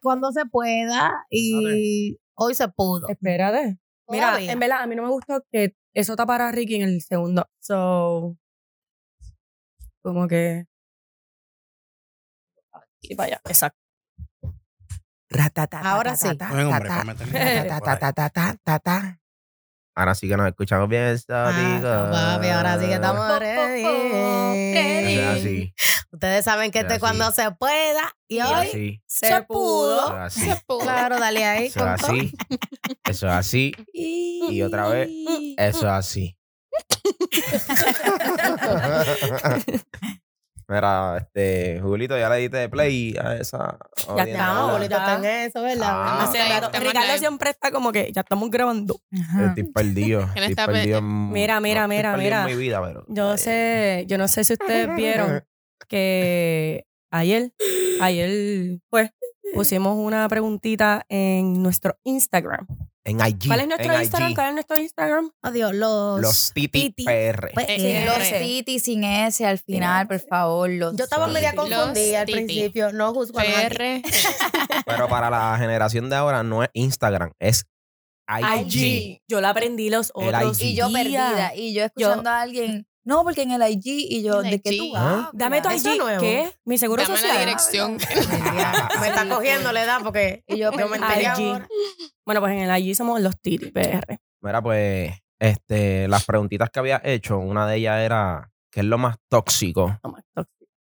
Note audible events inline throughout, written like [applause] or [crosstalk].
cuando se pueda y hoy se pudo. Espérate. Mira, Todavía. en verdad, a mí no me gustó que eso tapara a Ricky en el segundo. So. Como que. Y vaya, exacto. Ahora sí. Buen hombre, para meterle una teta por [laughs] ahí. Ahora sí que nos escuchamos bien, Ah, amigos. papi, ahora sí que estamos Eso ready. es así. Ustedes saben que este Pero es cuando así. se pueda y Eso es hoy así. se, Se pudo. Eso es así. Claro, dale ahí. Eso es con todo. así. Eso es así. Mm, Y otra vez, eso es así. [laughs] Mira, este, Julito, ya le diste play a esa. Ya estamos, Vamos, Hola. bolito, ten eso, ¿verdad? Ah. Hace Ricardo, rato. Ricardo siempre está como que ya estamos grabando. Yo estoy [laughs] perdido. Él Estoy está pe- perdido en- Mira, mira, estoy mira, perdido en mira. mi vida, pero. eh, Yo sé, yo no sé si [laughs] ustedes vieron que ayer, ayer, pues, pusimos una preguntita en nuestro Instagram. En IG. ¿Cuál es nuestro en Instagram? IG. ¿Cuál es nuestro Instagram? Adiós, los. Los Titi Titi. PR. Pues, Sí, eh, los los- Los Titi sin S al final, por favor. Los yo estaba Los media Titi. confundida al Los Titi. principio. No juzgo a nadie. [laughs] PR. Pero para la generación de ahora no es Instagram, es IG. Yo la aprendí los El otros. IG. Y yo perdida. Y yo escuchando a alguien. No, porque en el IG. Y yo, En ¿de qué IG. tú ¿Ah? hablas? Dame tu Eso IG. nuevo. ¿Qué? Mi seguro Dame la social. dirección. Me está cogiendo la edad porque Y yo, yo me enteré IG. ahora. Bueno, pues en el IG somos los Titi PR. Mira, pues, este, las preguntitas que había hecho, una de ellas era, ¿qué es lo más tóxico No más tóxico.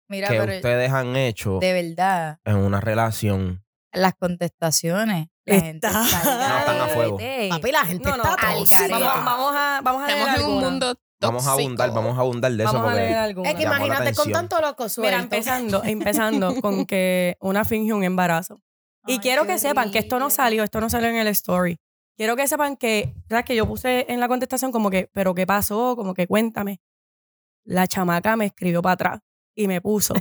Mira, que pero ustedes han hecho de verdad, en una relación? las contestaciones. La gente Está- está al No, están a garete. fuego. Papi, la gente No, no, está al tóxica. garete. vamos, vamos a, vamos a Estamos leer en un alguna. mundo tóxico. Vamos a abundar, vamos a abundar de eso Vamos a leer porque... alguna. Es que Llamó la imagínate con atención. tanto loco Mira, suelto. empezando, empezando con que una finge un embarazo. Y Ay, quiero qué que sepan que esto no horrible. [laughs] salió, esto no salió en el story. Quiero que sepan que, ¿sabes? Que yo puse en la contestación como que, pero ¿qué pasó? Como que cuéntame. La chamaca me escribió para atrás y me puso,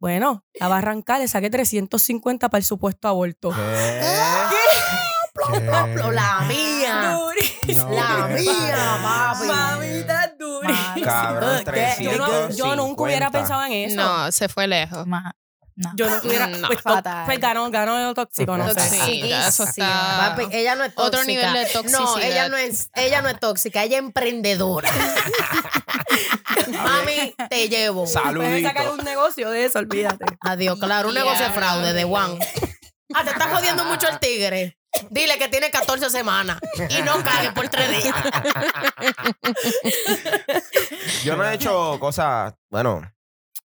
bueno, la va a arrancar, le saqué 350 para el supuesto aborto. ¿Qué? Pero La [laughs] mía. ¿Qué? No, La ¿qué? mía, papi. Mamita duri. Mal. Cabrón, Yo, no- yo nunca hubiera 350. pensado en eso. No, se fue lejos. Ma- no. Yo nunca hubiera. No. Pues, to- Fatal. pues ganó, ganó el tóxico, no sé. Tóxico. Toxiquísima. eso está- Papi, ella no es tóxica. Otro nivel de No, toxicidad. ella no es, ella no es tóxica, ella es emprendedora. Mami, te llevo. Puedes sacar Saludito. un negocio de eso, olvídate. Adiós, claro, un negocio de fraude de Juan. Ah, te está jodiendo mucho el tigre. Dile que tiene 14 semanas y no cae por tres días. Yo no he hecho cosas, bueno,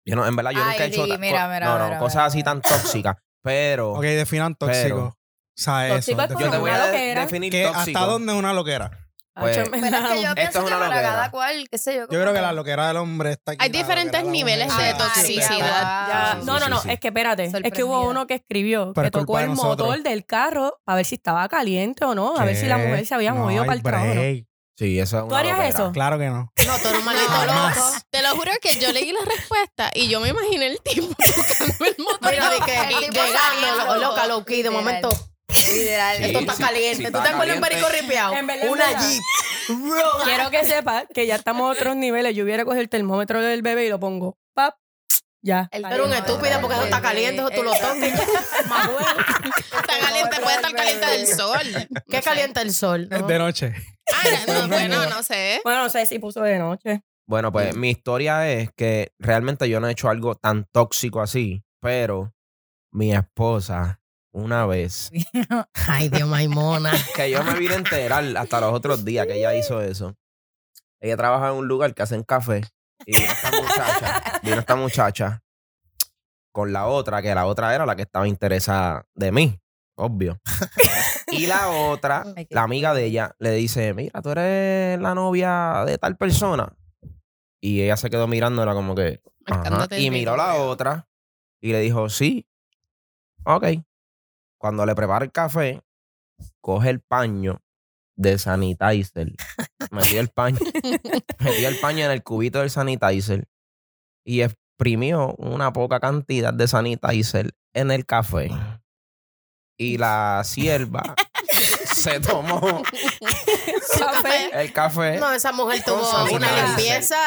yo no, en verdad yo Ay, nunca he hecho Ricky, ta- mira, co- mira, no, no, mira, cosas mira, así mira. tan tóxicas, pero Ok, definan tóxico. Pero- o sea, eso. Tóxico es definan- yo te voy Una a de- loquera. definir que tóxico. hasta dónde es una loquera. Pues, Hacho, en Pero es verdad, que yo Esto pienso es que una para loquera. cada cual, qué sé yo. Yo creo que la loquera del hombre está aquí. Hay la diferentes loquera de la niveles mujer. de Ah, Sí. toxicidad. ya- sí, sí, no, no, sí, no, sí. es que espérate, es que hubo Sorprendida. uno que escribió Pero que es culpa tocó de el nosotros. motor del carro a ver si estaba caliente o no, a ver si la ¿Qué? mujer se había No movido hay para el trabajo. o no. break. Sí, eso es una harías loquera. eso? Claro que no. No, tú eres un maldito Jamás. loco. Te lo juro que yo leí la respuesta y yo me imaginé el tipo [laughs] tocando el motor. Pero de que El tipo llegando, lo- saliendo, loca, low key, de literal. momento, Literal. Sí. esto está caliente. sí, ¿Tú está te acuerdas un caliente. perico ripiado? En verdad, en Una verdad. jeep. [laughs] Quiero que sepas que ya estamos a otros niveles. Yo hubiera cogido el termómetro del bebé y lo pongo. Pap, ya. El- Pero un estúpido porque eso está caliente, eso tú lo tocas. [laughs] Más bueno. Está caliente, puede estar caliente del sol. No ¿Qué sé. calienta el sol? Es ¿no? de noche. Ah, no, bueno, no sé. Bueno, no sé si puso de [laughs] noche. Bueno, pues mi historia es que realmente yo no he hecho algo tan tóxico así, pero mi esposa una vez [laughs] Ay, Dios, [laughs] Maimona. que yo me vine a enterar hasta los otros días que ella hizo eso. Ella trabaja en un lugar que hacen café y vino esta muchacha, [laughs] vino esta muchacha con la otra, que la otra era la que estaba interesada de mí, obvio. Y la otra, Ay, qué la amiga de ella, le dice, mira, tú eres la novia de tal persona. Y ella se quedó mirándola como que... "Ajá". Marcándote el Y miró dedo, la creo. otra y le dijo, sí, ok. Cuando le prepara el café, coge el paño de sanitizer. Metió el paño. [laughs] metió el paño en el cubito del sanitizer. Y exprimió una poca cantidad de sanitizer en el café. Y la sierva se tomó Café. el café. No, esa mujer Con tuvo una sanitizer. limpieza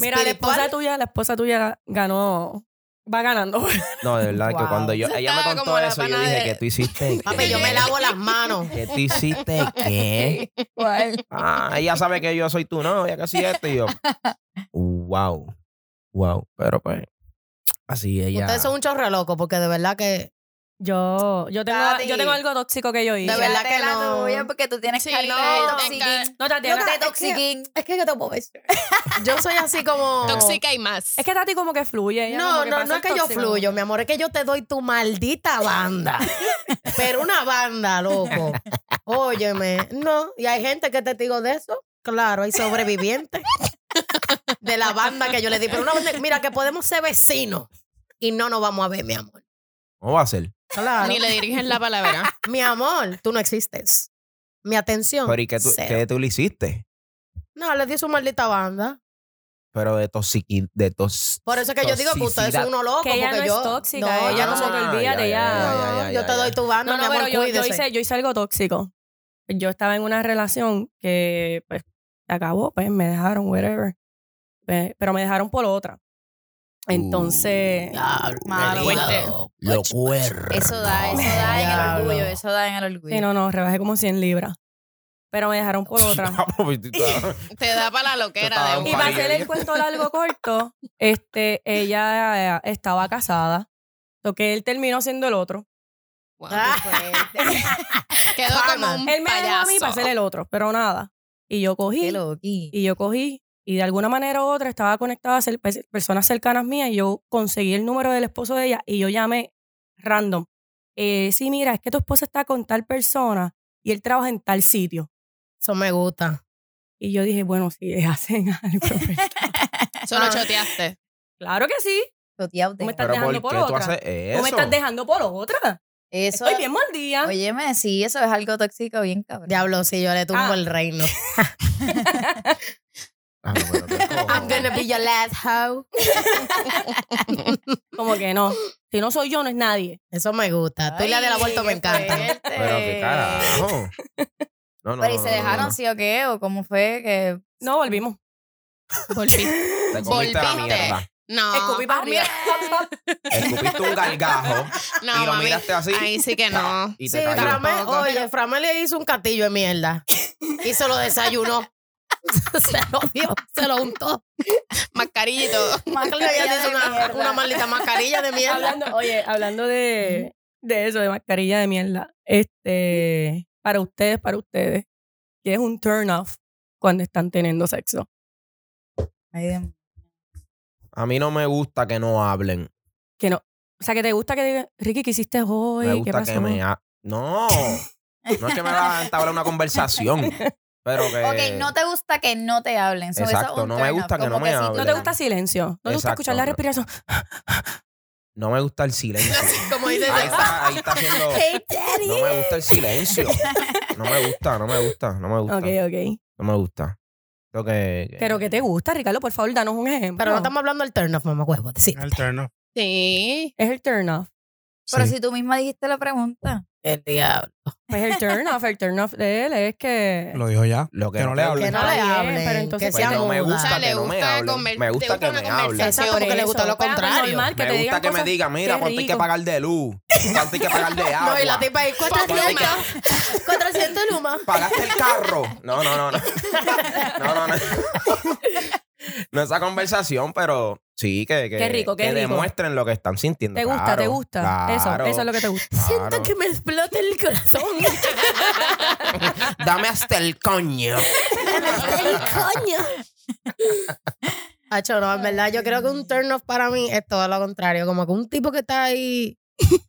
Mira, la esposa espiritual. tuya, la esposa tuya ganó va ganando. No, de verdad que Wow. cuando yo, Eso ella me estaba contó como la eso, yo pana dije de- que tú hiciste. Papi, yo me lavo las manos. ¿Que tú hiciste qué? [laughs] ¿Cuál? Ah, ella sabe que yo soy tu novia, que así esto. Y yo, wow, wow. Pero pues, así ella. Ustedes son un chorro loco porque de verdad que. Yo, yo tengo, Tati. yo tengo algo tóxico que yo hice. De verdad. que Llévatela no. tuya, porque tú tienes Sí, carta no, de tenga- toxiquín. No, Tati, Yo no- de toxiquín. Es que, ¿qué te puedo decir? Yo soy así como. Tóxica y más. es que Tati como que fluye. ella como No, no, pasa no el es que yo tóxico. fluyo, mi amor, es que yo te doy tu [laughs] maldita banda. Pero una banda, loco. Óyeme, no. Y hay gente que es testigo de eso. Claro, hay sobrevivientes de la banda que yo le di. Pero una banda, mira, que podemos ser vecinos y no nos vamos a ver, mi amor. ¿Cómo va a ser? Claro. Ni le dirigen la palabra. [laughs] Mi amor, tú no existes. Mi atención. Pero ¿y qué tú, cero. qué tú le hiciste? No, le di su maldita banda. Pero de toxiqui, de tos. Por eso es que yo digo que usted es toxicidad. uno loco. Que ella porque no yo, es tóxica, ella no se no, te olvida de no, ella. ya, ya, ya, yo te ya. doy tu banda, No, no, mi amor, pero yo, yo cuídese. hice, yo hice algo tóxico. Yo estaba en una relación que, pues, acabó, pues, me dejaron, whatever. Pues, pero me dejaron por otra. Entonces, Diablo, Malo. fuerte. Lo cuerno. Eso da, eso da en el orgullo, eso da en el orgullo. sí, no, no, rebajé como 100 libras. Pero me dejaron [laughs] por otra. Ah, pues, tú estabas- Te da para la loquera de Yo Y una. para María, hacer el Dios. cuento largo corto, este, ella eh, estaba casada. Lo que él terminó siendo el otro. Wow. Ah. [laughs] Quedó como un Él me dejó a mí para payaso. ser el otro, pero nada. Y yo cogí, Qué loquí. y yo cogí, y de alguna manera u otra estaba conectada a cer- pe- personas cercanas mías, y yo conseguí el número del esposo de ella, y yo llamé random. Eh, sí, mira, es que tu esposa está con tal persona, y él trabaja en tal sitio. Eso me gusta. Y yo dije, bueno, si [laughs] hacen algo. pues, Solo Ah. choteaste. claro que sí. Choteado te- Me está- Pero dejando ¿por por qué tú otra. haces eso? ¿Cómo estás dejando por otra? Eso. Estoy bien mal día. Óyeme, sí, eso es algo tóxico bien cabrón. Diablo, si yo le tumbo Ah. el reino. Ah, no, pero qué cojones. I'm gonna be your last hoe. Como que no. Si no soy yo, no es nadie. Eso me gusta. Tú y la del Ay, aborto me qué encanta. fuerte. Pero qué carajo. No, no. Pero ¿y no, se no, no, dejaron no. sí o qué? ¿O cómo fue que...? No, volvimos. Volviste. Te comiste la Volviste. mierda. No. Ah, Escupí para arriba. Escupiste un gargajo No, y lo mami. miraste así Ahí sí que no. [laughs] y Sí, te cayó. Framel, Tampoco. oye, Framel le hizo un catillo de mierda. Y se lo [laughs] desayunó. se lo dio, se lo untó. Mascarilla y todo. Ella tiene una, una maldita mascarilla de [laughs] mierda. hablando, oye, hablando de, de eso, de mascarilla de mierda, este, para ustedes, para ustedes, que es un turn off cuando están teniendo sexo. A mí no me gusta que no hablen. Que no, o sea, que te gusta que digan, Ricky, ¿qué hiciste hoy? me ¿Qué gusta pasó? que me... ha- No. No es que me va a entablar una conversación. Pero que... Eh, Ok, no te gusta que no te hablen. So, eso es Exacto, un no me turn off, gusta que como no me si tú- hablen. No te gusta silencio, no te gusta Exacto. escuchar la respiración. no me gusta el [laughs] silencio. Como dice Ahí está, ahí está haciendo... [laughs] Hey, daddy. No me gusta el silencio. No me gusta, no me gusta, no me gusta. Ok, ok. No me gusta. Creo que... Pero que te gusta, Ricardo, por favor, danos un ejemplo. Pero no estamos hablando del turn off, mamá huevo. Sí. El turno. Sí. Es el turn off. Pero Sí. si tú misma dijiste la pregunta. El diablo. Pues el turn off, el turn off de él es [laughs] que... Lo dijo ya. Lo que, Que no, no te le Que hablen. no Está le bien, hablen. pero entonces- que Pues sea no me muda. gusta O sea, que le no me gusta hablen. conver- Me te gusta gusta que una me hablen. Exacto, Por porque le eso, gustó lo pues, contrario. normal que Me te gusta digan que me cosas- diga, mira, Qué cuánto hay que rico. pagar de luz, cuánto hay que pagar [laughs] de agua. No, y la tipa ahí, Populista. 400, 400 lumas. ¿Pagaste el carro? No, no, [laughs] no, no. No, no, no. No esa conversación, pero sí que, que, Qué rico, qué que rico. demuestren lo que están sintiendo. Te gusta, Claro, te gusta. claro, Eso, eso es lo que te gusta. claro. me explota el corazón. Dame hasta el coño. ¡Ay, coño! Hacho, no, en verdad, yo creo que un turn off para mí es todo lo contrario. Como que un tipo que está ahí. [laughs]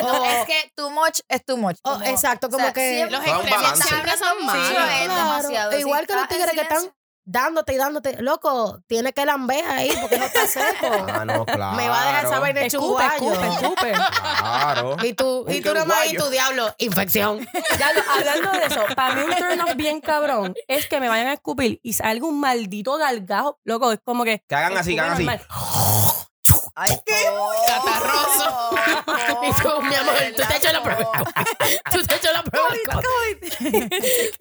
No, O- es que too much es too much. o- Como- oh, exacto, como o sea, que. siempre- Los Son extremos balance. siempre son Sí, malos. es demasiado. Si Igual que los ah, estás en tigres que están silencio- dándote y dándote. Loco, tiene que lamber ahí porque no está seco. Ah, [laughs] no, claro. Me va a dejar esa vaina de Escupe, chunguayo. escupe, escupe. Claro. Y tú, Un y tú nomás, y uruguayo. tu diablo, infección. Ya lo- [laughs] hablando de eso, para mí un turn off bien cabrón es que me vayan a escupir y salga un maldito galgajo. Loco, es como que. Que hagan así, que hagan así. escupe normal. Ay, oh, Catarroso. oh, Y tú, mi amor, tú te echas la prueba. [laughs] Tú te echas la prueba.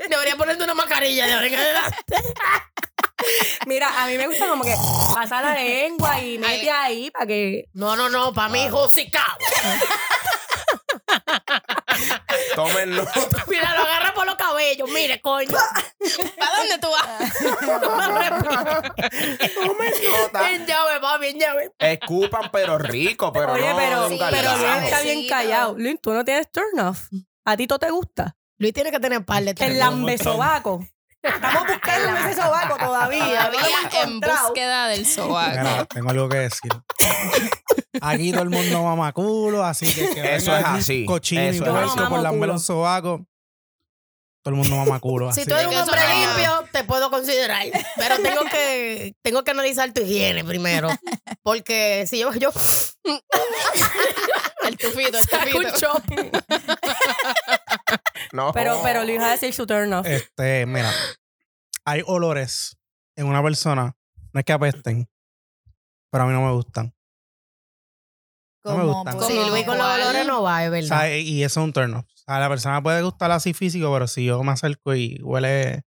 Debería ponerte una mascarilla de ahora en adelante. Mira, a mí me gusta como que pasa la lengua y mete ahí para que. No, no, no, para mí, Josica. [laughs] Tomen nota. Mira, lo agarra por los cabellos. Mire, coño. ¿Para dónde tú vas? Tomen nota. Bien llave, va, bien llave. Escupan, pero rico, pero Oye, no. pero, de un sí, pero carajo. Luis está bien Suavecito. callado. Luis, tú no tienes turn off. A ti todo te gusta. Luis tiene que tener par de El tengo un lambesobaco. Estamos buscando ese sobaco todavía. no lo hemos Todavía en encontrado. búsqueda del Ah, sobaco. Mira, tengo algo que decir. Aquí todo el mundo mama culo, así que, que Eso venga es aquí así. Cochino Eso y es todo así. eso Yo no por mamo lamber culo. un sobaco. Todo el mundo mama culo. Si así tú eres que- un que eso hombre no es limpio, te puedo considerar. Pero tengo que, tengo que analizar tu higiene primero. Porque si yo, [laughs] yo El tufito, el Saca un tufito. shopping. No. Pero, pero Luis va a decir su turn off. Este, mira, hay olores en una persona, no es que apesten, pero a mí no me gustan. No me Como gustan. por- Sí, si Luis con los igual. olores no va, es O verdad. sea, y eso es un turn off. O sea, la persona puede gustar así físico, pero si yo me acerco y huele,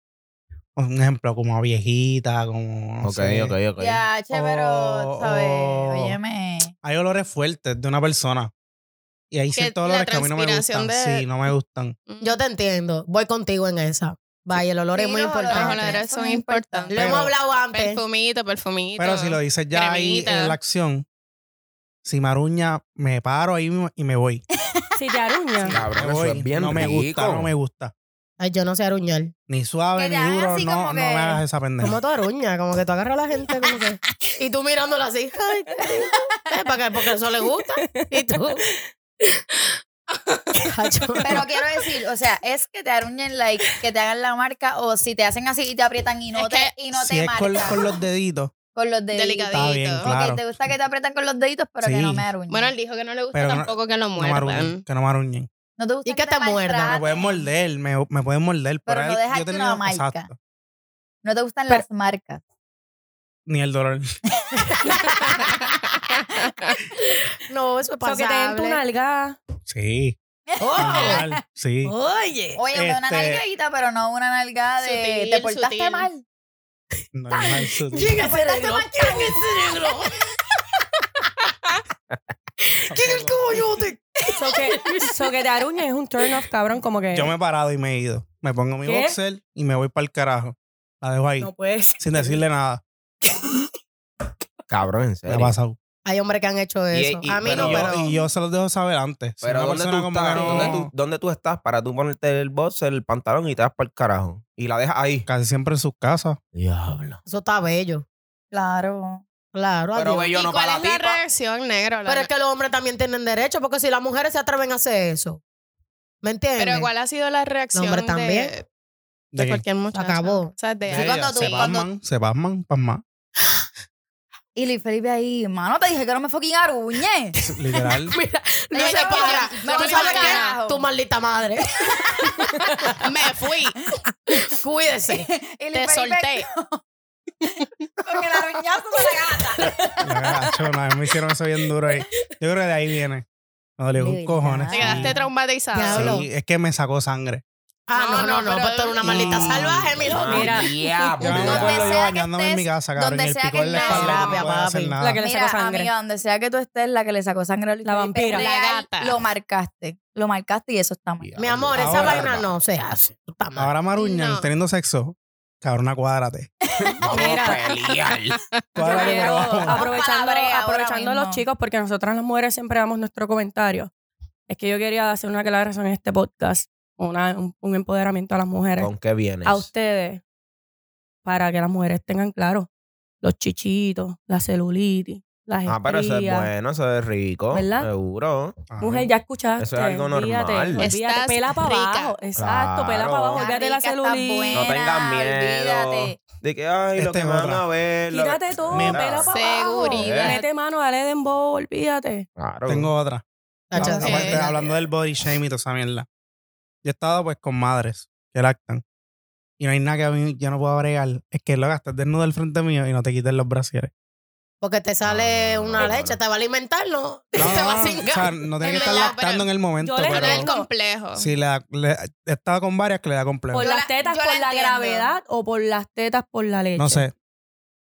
un ejemplo, como a viejita, como. no Ok, sé. ok, ok. Ya, che, pero, O- ¿sabes? o- Óyeme. Hay olores fuertes de una persona. Y hay ciertos la olores que a mí no me transpiración gustan. de- Sí, no me gustan. Yo te entiendo. Voy contigo en esa. Vaya, el olor es Sí, muy los olores, importante. Los olores son Son importantes. Lo Pero- hemos hablado antes. Perfumito, perfumito. Pero si lo dices ya ahí cremita. en la acción, si maruña, me paro ahí mismo y me voy. Si te aruña. Cabrón, Me eso voy. es bien no me rico. gusta, no me gusta. Ay, yo no sé aruñar. Ni Que suave, te ni hagan duro, así no, como no me que- hagas esa pendeja. Como tú aruñas, como que tú agarras a la gente como que... Y tú mirándola así. Ay, qué lindo. Eh, ¿Para qué? Porque eso le gusta. Y [laughs] tú... Ay, yo- Pero quiero decir, o sea, es que te aruñen like, que te hagan la marca, o si te hacen así y te aprietan y no Es te, que y no si te es con, marcan. con los deditos, [laughs] Con los deditos. Delicadito. está bien, Ok, Como que claro. te gusta que te aprietan con los deditos, pero que Sí. no me aruñen. Bueno, él dijo que no le gusta Pero no- tampoco que lo No me aruñen, muerdan. que no me aruñen. no te gusta y que te muerdan. Me maltraten. pueden morder, me, me pueden morder. Ah, Pero no ahí- dejarte he tenido- una marca. Exacto. No te gustan Pero- las marcas. Ni el dolor. [laughs] No, eso es O que te den tu pasable. nalga. [laughs] Sí. Oh, el dolor, Sí. Oye. Oye, me da una Este- nalgadita, pero no una nalga de Sutil, te portaste sutil. mal. Normal, sutil. [laughs] ¿Quién es el negro? ¿Quién es el negro? ¿Quién es el coyote? So que, so que te aruñen es un turn off, cabrón, como que. Yo me he parado y me he ido. Me pongo mi ¿Qué? boxer y me voy para el carajo. La dejo ahí, No puedes. sin decirle nada. Cabrón, en Me ha serio. pasado. [laughs] Hay hombres que han hecho Y- eso. y- a mí pero no, y, yo, pero... y yo se los dejo saber antes. Si Pero una ¿dónde persona tú, como estás? que no- ¿Dónde, tú, dónde tú estás para tú ponerte el boxer, el pantalón y te vas para el carajo? Y la dejas ahí. Casi siempre en sus casas. Diablo. Eso está bello. Claro. Claro, Pero adiós. bello ¿Y no cuál para es la la tipa. reacción, negro? La- Pero es que los hombres también tienen derecho, porque si las mujeres se atreven a hacer eso. ¿Me entiendes? Pero ¿cuál ha sido la reacción Hombre, también. de, De de que- cualquier muchacho? Acabó. O sea, de de cuando ellas, tú- se cuando- pasman, se pasman, pasman. Y Luis Felipe ahí, mano, te dije que no me fucking [laughs] aruñe. Literal. No Ella se me voy, para. me voy ¿Tú sabes pa'l qué? carajo. Tu maldita [laughs] madre. me fui, [laughs] Cuídese. Y Luis te Felipe- [laughs] solté. Porque la aruñaste me la gata. Ya, chacho, una vez me hicieron eso bien duro ahí. Yo creo que de ahí viene. Me dolió De con verdad. cojones. Te quedaste Sí. traumatizado. Diablo. Sí, es que me sacó sangre. Ah, no, no, no. pero- Pues tú eres una maldita Mm. salvaje, mi loco. Mira. diablo. Yo no me Donde acuerdo yo sea que bañándome en mi estés, casa, cabrón. donde y el sea picor que en la estés. espalda no Terapia, puede hacer papi. nada. La que le Mira, saca sangre. amiga, donde sea que tú estés, la que le sacó sangre a Luis La Felipe, vampira. La real, gata. Lo marcaste. Lo marcaste y eso está mal. Mi amor, esa Ahora- vaina no se hace. Está mal. Ahora Maruñan, No. teniendo sexo. Cabrona, cuádrate. Vamos Mira. a pelear. Cuádrate que Pero vamos. aprovechando, Palabrea ahora aprovechando mismo. los chicos, porque nosotras las mujeres siempre damos nuestro comentario. Es que yo quería hacer una aclaración en este podcast, una- un, un empoderamiento a las mujeres, ¿Con qué vienes? a ustedes, para que las mujeres tengan claro los chichitos, la celulitis, las Ah, pero eso es estrías. bueno, eso es rico. ¿Verdad? Seguro. Ajá. Mujer, ya escuchaste. Eso es algo olvídate, normal. olvídate, Estás pela para rica. abajo. Exacto, pela Claro. para abajo. Estás Olvídate la Estás celulitis. buena, No tengas miedo. olvídate. De que, ay, lo Esta que es me van otra. a ver. lo- Quítate todo, Mira. pela para abajo. Seguridad. Mete mano, dale dembow, olvídate. Claro. Tengo otra. Ah, Tacho, Vamos, sí. eh, Aparte, ok. hablando del body shaming y toda esa mierda. Yo he estado pues con madres que lactan. Y no hay nada que a mí yo no puedo agregar. Es que lo estás desnudo del frente mío y no te quites los brasieres. Porque te sale No, no, no, una no, leche, no. te va a alimentar, ¿no? No, te va no, a no, o cingar. sea, no tiene que Es estar verdad, lactando pero en el momento, yo les Pero es tengo- pero complejo. si le da- le- he estado con varias que le da complejo. Por Yo las la- tetas, yo la por la entiendo. gravedad o por las tetas, por la leche. No sé,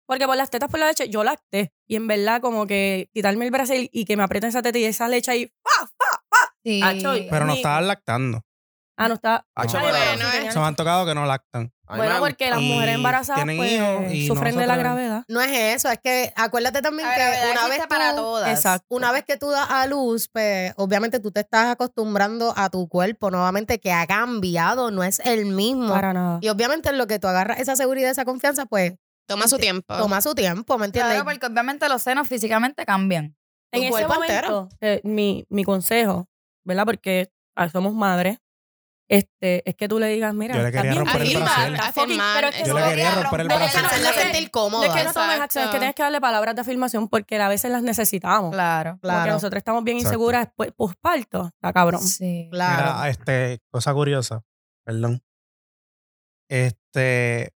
Porque por las tetas, por la leche, yo lacté. Y en verdad, como que quitarme el Brasil y que me aprieten esa teta y esa leche ahí. ¡fa, fa! Sí. Acho, y- Pero no Ni- estaban lactando. Ah, no está. Ah, No. Ay, bueno, pero sí eh. tenían- Se me han tocado que no lactan. Bueno, porque las y mujeres embarazadas tienen pues, hijos y no sufren de la se atreven. gravedad. No es eso, es que acuérdate también A ver, la que verdad una existe vez, tú, para todas. Exacto. una vez que tú das a luz, pues obviamente tú te estás acostumbrando a tu cuerpo nuevamente que ha cambiado, no es el mismo. Para nada. Y obviamente en lo que tú agarras esa seguridad, esa confianza, pues Toma su tiempo. toma su tiempo, ¿me entiendes? Claro, porque obviamente los senos físicamente cambian. tu en ese cuerpo momento, entero. eh, mi, mi consejo, ¿verdad? Porque ah, somos madres, este, es que tú le digas, mira, Yo le estás quería bien romper el fucking- brasier. estás Hacen fucking- mal. pero es Yo que no- le quería romper el no, brazo. no, Hacerla es que- sentir no es que cómoda. no tomes Exacto. acción, es que tienes que darle palabras de afirmación porque a veces las necesitamos. Claro. Porque Claro, nosotros estamos bien Exacto. inseguras después, posparto, está cabrón. Sí. claro. Mira, este, cosa curiosa, perdón. Este,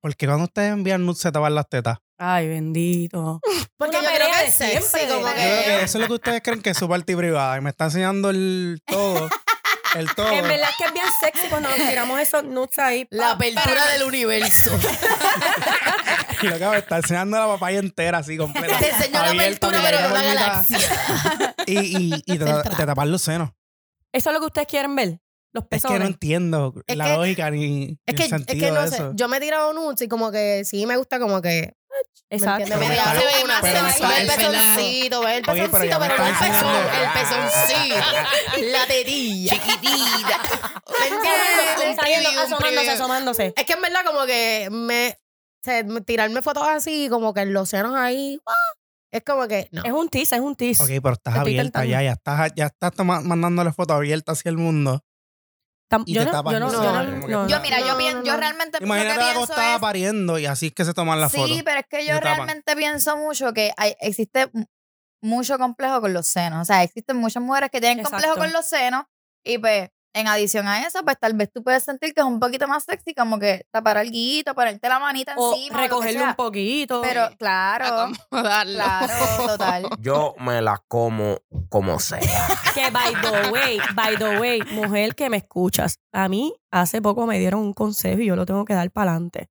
porque cuando ustedes envían nudes se tapan las tetas. Ay, bendito. [laughs] Porque Una yo creo pelea que de es sexy, siempre, como de Yo creo que... que eso es lo que ustedes creen que es su parte privada. Y me está enseñando el todo. [laughs] El todo. En verdad es que es bien sexy cuando nos tiramos esos nuts ahí. pa, La apertura del universo. Y lo que me está enseñando la papaya entera, así completa. Te enseñó la abierta, apertura, pero mitad no por la mitad. galaxia. Y, y, y te, Del te tapan los senos. Eso es lo que ustedes quieren ver. Los Es que no pezones. entiendo Es la que- lógica ni, ni Es que, el es sentido que no de sé, eso. yo me he tirado nudes y como que sí me gusta como que... Exacto. ¿me entiendes? Me Pero hace está- una pero sensual, está el enseñando- pezoncito, ve el Oye, pero pezoncito, ya me pero no el está pezón, enseñando- el [laughs] pezoncito, la tetilla. Chiquitita. ¿Me entiendes? Un Saliendo, preview, un asomándose, preview. asomándose. Es que en verdad como que me... o sea, me- tirarme fotos así, como que en los senos ahí... ¡ah! Es como que... No. Es un tease, es un tease. Ok, pero estás Te estoy abierta ya, tentando. ya estás, ya estás toma- mandándole fotos abiertas hacia el mundo. Tam- y yo, te no, tapas yo no, los yo no- ojos, como que no, Yo, no. mira, No, yo, pien- no, yo no. realmente lo que Imagínate la pienso acostada es- pariendo y así es que se toman las sí, fotos. pero es que yo Se tapan. realmente pienso mucho que hay- existe m- mucho complejo con los senos. O sea, existen muchas mujeres que tienen complejo Exacto. con los senos y pues en adición a eso, pues tal vez tú puedes sentir que es un poquito más sexy, como que tapar el guito, ponerte la manita O encima. lo que recogerle sea. un poquito. Pero claro, Acomodarlo. claro, [laughs] total. Yo me las como como sea. Que by the way, by the way, mujer que me escuchas, a mí hace poco me dieron un consejo y yo lo tengo que dar para adelante.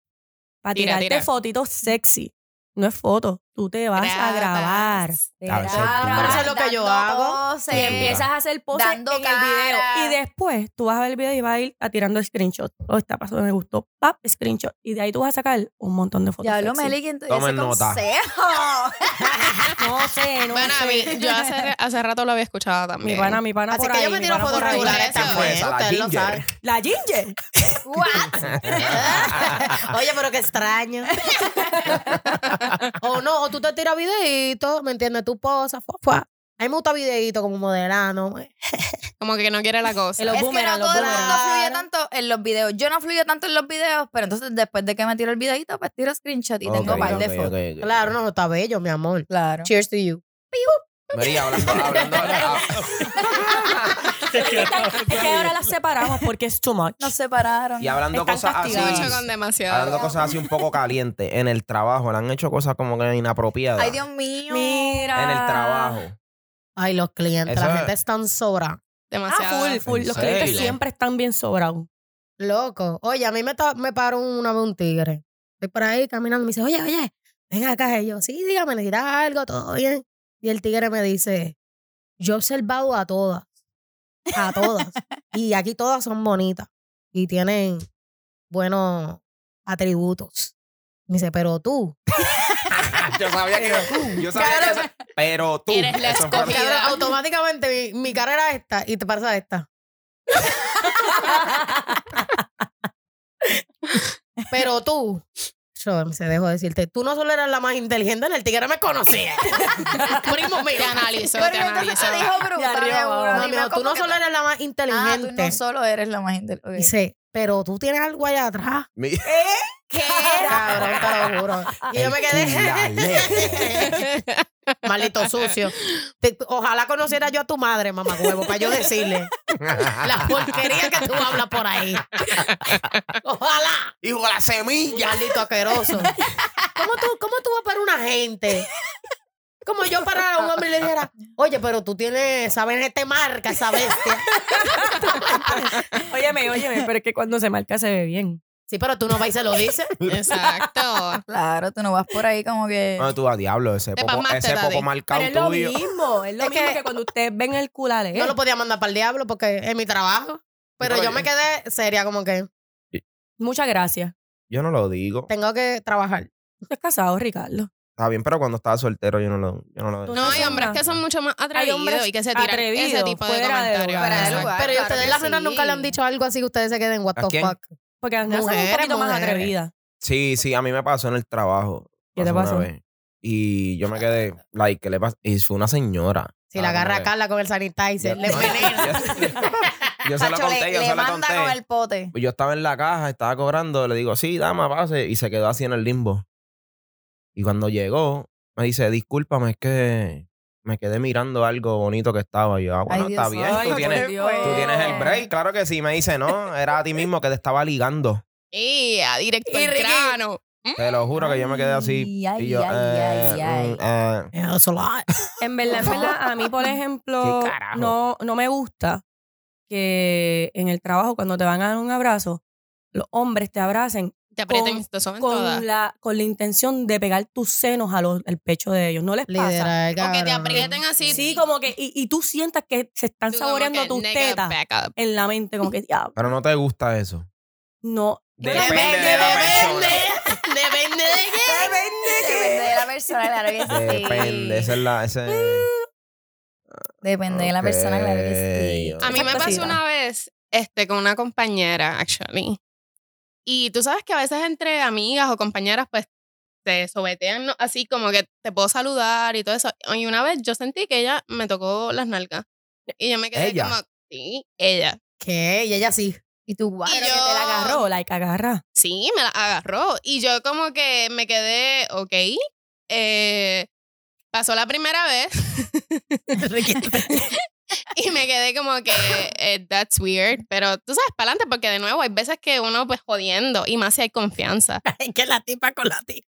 Para Tira, tirarte tira. fotitos sexy. No es foto, tú te vas a grabar. Grabas. Te Claro, Ah, eso es grabas, duro. Eso es lo que yo dando hago. poses. Y empiezas a hacer poses Dando en el cara. video. Y después tú vas a ver el video y vas a ir a tirando screenshot. Oh, esta pasó, me gustó. Pap, screenshot. Y de ahí tú vas a sacar un montón de fotos. Ya lo sexy. Meli, que Tomen nota. No sé, no Bueno, sé. a mí, yo hace, hace rato lo había escuchado Mi también. pana, mi pana Así por que ahí, yo me mi tiro pana fotos por ahí. regulares Esa también, fue esa, la ustedes lo ginger. saben. [laughs] La Ginger. What? Oye, pero qué extraño. [laughs] o no, o tú te tiras videitos, ¿me entiendes? Tú posas, fua, fua. A mí me gusta videito como pues. modelano. Como que no quiere la cosa. El Los es que boomerang, no los todo el mundo boomerang. fluye tanto en los videos. Yo no fluyo tanto en los videos, pero entonces después de que me tiro el videito, pues tiro screenshot y tengo Ok, par de ok, fotos. ok, ok. Claro, no, está bello, mi amor. Claro. Cheers to you. María, hablando, hablando, Es que, está- es que ahora las separamos porque es too much. Nos separaron. y hablando Están cosas así. castigadas. Mucho con demasiado. Ah, Hablando cosas así un poco calientes. En el trabajo, le han hecho cosas como que inapropiadas. Ay, Dios mío. Mira. En el trabajo. Ay, los clientes, Eso la es- gente es tan sobra. Ah, Demasiado. full, full. ¿En Los clientes serio? siempre están bien sobrados. Loco. Oye, a mí me, to- me paró una vez un tigre. Estoy por ahí caminando. Me dice, oye, oye, ven acá. Y yo, sí, dígame, necesitas algo, todo bien. Y el tigre me dice, yo he observado a todas. A todas. y aquí todas son bonitas. Y tienen buenos atributos. Me dice, pero tú. [laughs] Yo sabía que. Yo sabía que. esa- Pero tú. Eres la eso fue- escogida. Cabrón, automáticamente mi, mi cara era esta y te pasa esta. Pero tú, yo se dejo decirte, tú no solo eras la más inteligente, en el tigre me conocía. [laughs] Primo mío. Te analizo, Pero te entonces analizo. te dijo bruta, De arriba de abajo. una. No, Dime mijo, tú cómo no que solo te- eres la más Ah, tú inteligente. no solo eres la más inteligente. Dice, pero tú tienes algo allá atrás. Mi- [laughs] ¿Qué? Cabrón, te lo juro. Y yo me quedé. [laughs] Maldito sucio. Te- ojalá conociera yo a tu madre, mamá huevo, para yo decirle las porquerías que tú hablas por ahí. Ojalá. Hijo de la semilla. Maldito asqueroso. ¿Cómo tú, ¿Cómo tú vas para una gente? Como yo para un hombre y le dijera, oye, pero tú tienes, ¿sabes? Este marca, esa bestia. Óyeme, óyeme, pero es que cuando se marca se ve bien. Sí, pero tú no vas y se lo dices. Exacto. Claro, tú no vas por ahí como que. No, tú a diablo, ese Te popo, pasmaste, ese popo Daddy. marcado Pero es lo tuyo. mismo, es lo Es mismo que- que, cuando ustedes ven el culalé. Eh. No lo podía mandar para el diablo porque es mi trabajo. Pero Pero yo yo- me quedé seria, como que Muchas gracias. Yo no lo digo. tengo que trabajar. Estás casado, Ricardo. Está bien, pero cuando estaba soltero yo no lo, yo no lo Tú decía. No, hay Son hombres más- que son mucho más atrevidos hombres y que se tiran ese atrevidos, tipo de fuera de comentarios. lugar. Fuera de Exacto. lugar. Ah, pero y claro ustedes que las nenas sí. nunca le han dicho algo así que ustedes se queden what ¿A the quién? fuck. Porque las nenas son un Mujeres, poquito más mujeres. atrevidas. Sí, sí, a mí me pasó en el trabajo. ¿Qué te una pasó? vez. Y yo me quedé, like, ¿qué le pasa? Y fue una señora. Si la agarra a acá Carla con el [laughs] sanitizer, le Yo- envenena. Yo se la Pacho, conté, le, yo le se la manda con conté. el pote. Yo estaba en la caja, estaba cobrando, le digo, sí, dama, pase. Y se quedó así en el limbo. Y cuando llegó, me dice, discúlpame, es que me quedé mirando algo bonito que estaba. Y yo, ah, bueno, Ay, está Dios bien, santo, tú tienes, tú tienes el break. Claro que sí, me dice, no, era a ti mismo que te estaba ligando. Y a directo Y al Ricky. grano. Te lo juro que yo me quedé así. Ay, ay, Y yo, ay, eh, ay, ay. mm, eh, Yeah, that's a lot. En verdad, en verdad, a mí, por ejemplo, ¿Qué carajo? no, no me gusta que en el trabajo, cuando te van a dar un abrazo, los hombres te abracen Te aprietan Con- y te soben todas. con la, con la intención de pegar tus senos al pecho de ellos. No les pasa. Literal, O que te cabrón. aprieten así. Sí, como que, y, y tú sientas que se están tú como saboreando que, tus "Nigga, tetas back up". en la mente, como [laughs] que diablo. pero no te gusta eso. No. Depende Depende, de la depende. persona. Depende de qué. Depende de la persona, claro que sí. Depende, esa es la. ese- Depende de la persona, claro que Ok. sí. A mí me Exacto, sí, pasó va. una vez este, con una compañera, actually. Y tú sabes que a veces entre amigas o compañeras, pues te sobetean ¿no? así como que te puedo saludar y todo eso. Y una vez yo sentí que ella me tocó las nalgas. Y yo me quedé ¿Ella? como, sí, ella. ¿Qué? Y ella sí. Y tú, guau. Y Pero yo- que te la agarró, like agarra. Sí, me la agarró. Y yo como que me quedé, ok. eh, pasó la primera vez [laughs] y me quedé como que, eh, that's weird. Pero tú sabes, para adelante, porque de nuevo hay veces que uno pues jodiendo y más si hay confianza. Ay, que la tipa con la tipa.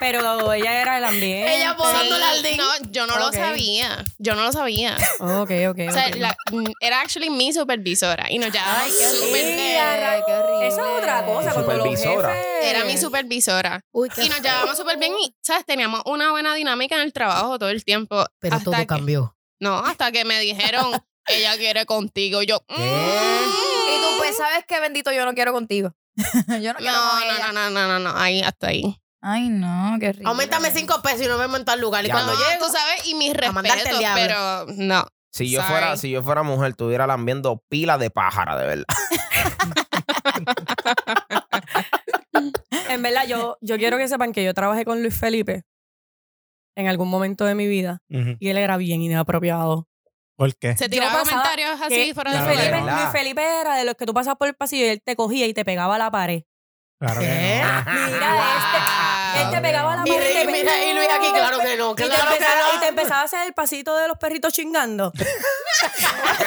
Pero ella era el ambiente. Ella podando la- al No, yo no Ok. lo sabía. Yo no lo sabía. Ok, ok. O sea, ok. la- mm, era actually mi supervisora y nos llamaba Ay, qué super horrible. bien. Ay, qué horrible. Esa es otra cosa. Tu Cuando los supervisora. jefes... Era mi supervisora. Uy, qué Y nos llevábamos súper bien y, ¿sabes? Teníamos una buena dinámica en el trabajo todo el tiempo. Pero hasta todo que- cambió. No, hasta que me dijeron, ella quiere contigo. Yo, ¿Qué? "Mm". Y tú, pues, ¿sabes qué, bendito? Yo no quiero contigo. [laughs] yo no quiero con no, ella. no, no, no, no, no, no, ahí, hasta ahí. Ay, no, qué rico. Aumentame cinco pesos y no me monto al lugar. Y Ya cuando no. llego, Tú sabes, y mis A mandarte al respetos, pero diablo. no. Si yo Sorry. fuera, si yo fuera mujer, estuviera lambiendo pila de pájara, de verdad. En verdad, yo, yo quiero que sepan que yo trabajé con Luis Felipe en algún momento de mi vida Ujú. y él era bien inapropiado. ¿Por qué? Se Yo tiraba pasaba comentarios así que fuera Luis, Claro, de Felipe. Felipe, ¿verdad? Luis Felipe era de los que tú pasabas por el pasillo y él te cogía y te pegaba a la pared. Claro ¿Qué? que no. Ah, [laughs] Mira, Wow. este, él te pegaba a la y, pared. Ricky, te pe- mira, y Luis aquí, claro que no, Y te, claro que empezaba, no. y te empezaba a hacer el pasito de los perritos chingando. Ah,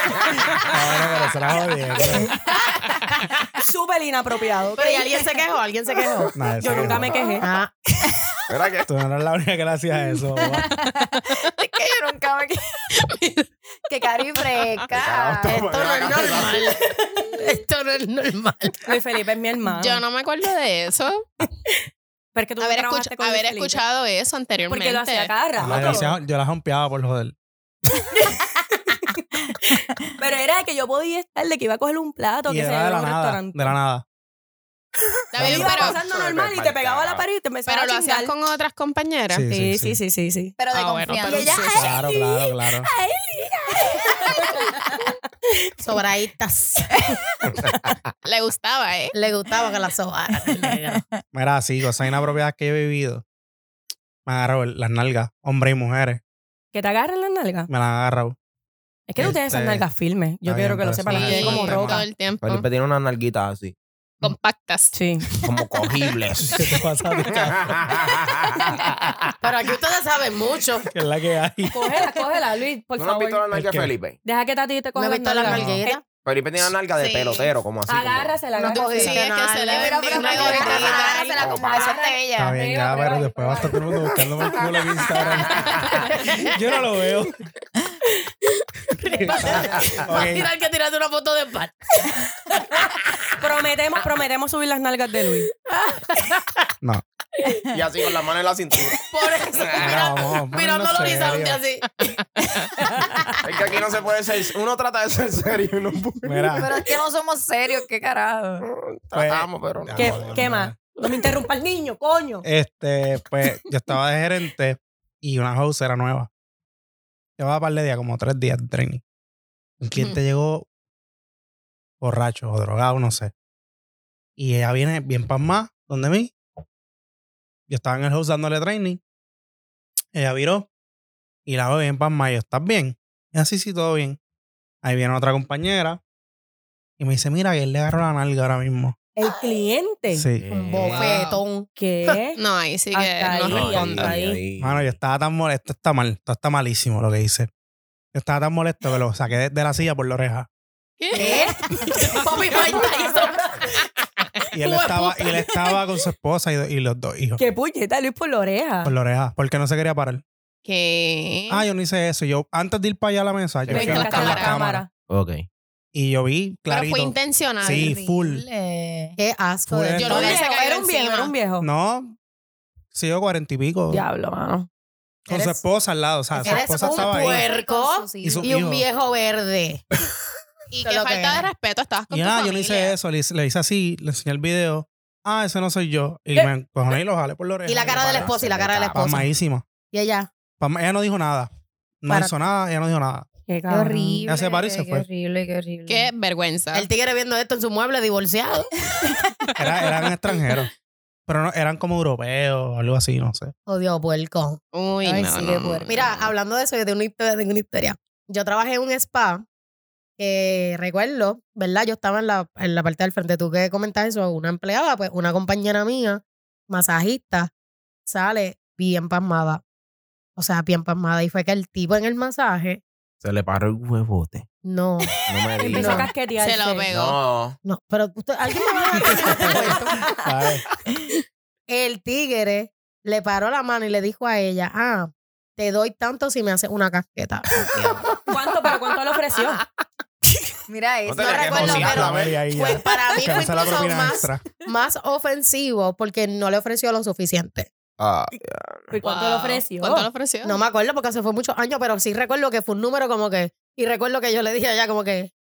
[laughs] bueno, pero se la jodí. Súper inapropiado. Pero ¿y alguien se quejó? ¿Alguien se quejó? Nah, eso Yo nunca no. me quejé. Ah, Mira [laughs] que- Tú no eres la única que le hacías eso. boba. Es que yo nunca me [laughs] Que cari Ah, fresca. Qué esto no es normal. Esto no es normal. Luis Felipe es mi hermano. Yo no me acuerdo de eso. Pero es que tú Haber, trabajaste escucha- con Luis haber Felipe. escuchado eso anteriormente. Porque lo hacía cada Yo la rato. hacía- Yo la jompeaba por joder. Pero era de que yo podía estar, de que iba a coger un plato, Y que se era de llevaba a la un nada. restaurante. De la nada. Está bien, Iba Pero- pasando normal y te pegaba la pared y te empezaba pero, pero lo a chingar. hacías con otras compañeras. Sí, Sí, sí, sí, sí, sí. Pero de Ah, bueno, confianza. pero Ella- sí. Claro, claro, claro. Sobraditas. [laughs] Le gustaba, ¿eh? pues, Le gustaba que la [laughs] sobaran. el negro. Mira, sí, cosas inapropiadas que yo he vivido. Me han agarrado las nalgas, hombres y mujeres. Que te agarren las nalgas. Me las han agarrado. Es que tú tienes esas Este, nalgas firmes. Yo está quiero bien, que lo pero sepan. eso Las no tiene es como un todo roca. el tiempo. Felipe tiene unas nalguitas así, Compactas. Sí. como [laughs] cogibles. [laughs] ¿Qué te pasa? Pero aquí ustedes saben mucho. que es la que hay. Cógela, cógela, Luis, por ¿Tú no has visto la favor. nalga de ¿El qué? Felipe? Deja que Tati te No coja he las visto la nalgas. nalguera. Felipe tiene una nalga de Sí. pelotero, como así. como- Agárrasela, No, agárrasela. Sí, Sí, es que se le nalga. Pero, bendiga pero, la Ahorita, pero, gordita. ahorita, pero, se la compasión de Está ella. bien, Prueba, ya, pero prueba, después va a estar todo el mundo buscándome el culo en Instagram. Yo no lo veo. Va a tirar que tiraste una foto de par. Prometemos, prometemos subir las nalgas de Luis. Y así con la mano en la [laughs] cintura. Ah. Por eso, mira, mirando al horizonte así. Es que aquí no se puede ser. Uno trata de ser serio [laughs] y uno puede. Pero es que no somos serios, qué carajo. Tratamos, pero no. ¿Qué, qué más? No me interrumpa el niño, coño. Este, pues yo estaba de gerente y una house era nueva. Llevaba par de días, como tres días de training. Un cliente llegó borracho o drogado, no sé. Y ella viene bien pasmada donde mí. Yo estaba en el house dándole training. Ella viró y la veo bien pasmada. y Yo, ¿estás bien? Y así sí, todo bien. Ahí viene otra compañera y me dice, mira, que él le agarró la nalga ahora mismo. El cliente. Eh, Oh, Sí. Un Wow. bofetón. ¿Qué? [laughs] No, ahí sí que Hasta no ahí, respondo. hasta ahí. Mano, yo estaba tan molesto. Esto está mal. Esto está malísimo lo que hice. Yo estaba tan molesto que lo saqué de, de la silla por la oreja. ¿Qué? [laughs] ¿Qué? [laughs] Papi Mike Tyson. Y él, estaba, y él estaba con su esposa y, do- y los dos hijos ¿Qué puñeta, Luis, por la oreja? por la oreja porque no se quería parar. ¿Qué? Ah, yo no hice eso. Yo, antes de ir para allá a la mesa, yo Me Me fui a buscar encantan la la la cámara. cámara. Ok. Y yo vi Pero clarito. fue intencional. Sí, full. Horrible. Qué asco. Fue- Yo Era no un hubiese viejo, caído Era un viejo, encima. era un viejo. No, sí, yo cuarenta y pico. Diablo, mano. Con su Eres- esposa al lado. O sea, su eres esposa un estaba ahí. puer- puerco Y su- Y hijo. un viejo verde. Y Eso qué es lo que falta de era. respeto. Estabas con Y tu nada, yo no hice familia. eso. Le, hice- le hice así, le enseñé el video. Ah, ese no soy yo. Y ¿Qué? me encojoné y lo jalé por la oreja. Y la cara de la esposa, y la cara de la esposa. Pasmadísima. Y ella. Pam- Ella no dijo nada. No Para- hizo nada, ella no dijo nada. Qué Qué cabrón. horrible. Ya se paró y se qué fue. horrible, qué horrible. Qué vergüenza. El tigre viendo esto en su mueble divorciado. Era- eran extranjeros. Pero no, eran como europeos o algo así, no sé. Odio puerco. Uy, Ay, no, sí, no, qué no, no, puerco. Mira, hablando de eso, yo tengo una historia, tengo una historia. Yo trabajé en un spa que recuerdo, ¿verdad? Yo estaba en la, en la parte del frente. Tú que comentas eso, una empleada, pues una compañera mía, masajista, sale bien pasmada. O sea, bien pasmada. Y fue que el tipo en el masaje, Se le paró el huevote. no, No [laughs] me Empezó a digas. casquetearse. Se lo pegó. No. no. Pero usted, alguien me va a dejar terminar este cuento? ¿Sabes? el tigre le paró la mano y le dijo a ella, ah, te doy tanto si me haces una casqueta. ¿Cuánto, pero cuánto le [laughs] ofreció? Mira eso. No tenía no que recuerdo, josearla, pero- ¿ves? media ahí Pues ya. para mí fue Cancela la incluso propina más, extra. más ofensivo porque no le ofreció lo suficiente. Ah, ¿Y cuánto le Wow. ofreció? ¿Cuánto le ofreció? No me acuerdo porque hace fue muchos años, pero sí recuerdo que fue un número como que... Y recuerdo que yo le dije a ella como que...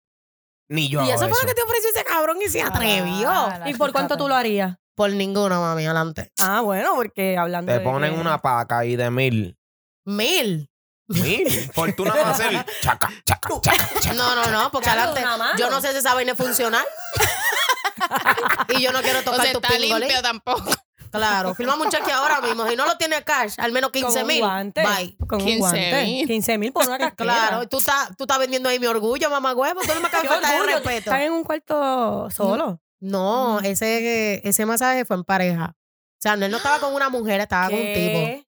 ni yo. y hago eso fue lo que te ofreció ese cabrón y se atrevió. Ah, la ¿Y por cuánto tú lo harías? Por ninguno, mami, adelante. Ah, bueno, porque hablando Te de ponen que- una paca y de mil. Mil. Mil. Fortuna va a ser. Chaca, chaca, chaca, chaca. No, no, no, porque Claro, adelante... una mano. Yo no sé si esa vaina es funcional. [laughs] y yo no quiero o tocar sea, tus está pingoles. limpio tampoco. Claro, firmamos un cheque ahora mismo. Si no lo tiene cash, al menos Con 15 un mil. guante. Bye. Con 15 un guante. mil. 15 mil por [laughs] una casqueta. Claro, y tú estás tú estás vendiendo ahí mi orgullo, mamá huevo. Tú no [laughs] me Qué acabas de faltar de orgullo, Mm. respeto. Están en un cuarto Mm, solo. No, ese, ese masaje fue en pareja. O sea, él no estaba con una mujer, estaba con un tipo. ¿Qué?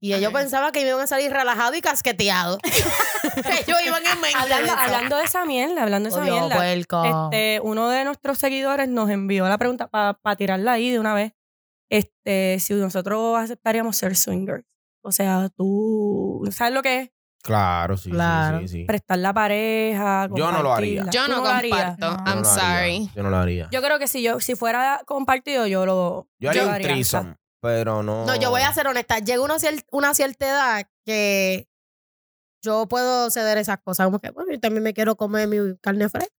Y ellos Ajá. pensaban que iban a salir relajados [laughs] y [laughs] casqueteados. ellos iban en mente. Hablando, hablando de esa mierda, hablando de esa Odio, mierda. puerco. Este, uno de nuestros seguidores nos envió la pregunta para tirarla ahí de una vez. Este, si nosotros aceptaríamos ser swingers. O sea, tú sabes lo que es Claro, sí, sí, Claro. sí, sí. prestar la pareja. Yo no lo haría. compartirla. Yo Tú no lo harías. comparto. No. Yo no I'm lo haría, sorry. Yo no lo haría. Yo creo que si yo si fuera compartido yo lo Yo haría lo un threesome, pero no. No, yo voy a ser honesta. Llega una, cier- una cierta edad que yo puedo ceder esas cosas. Como que, bueno, yo también me quiero comer mi carne fresca.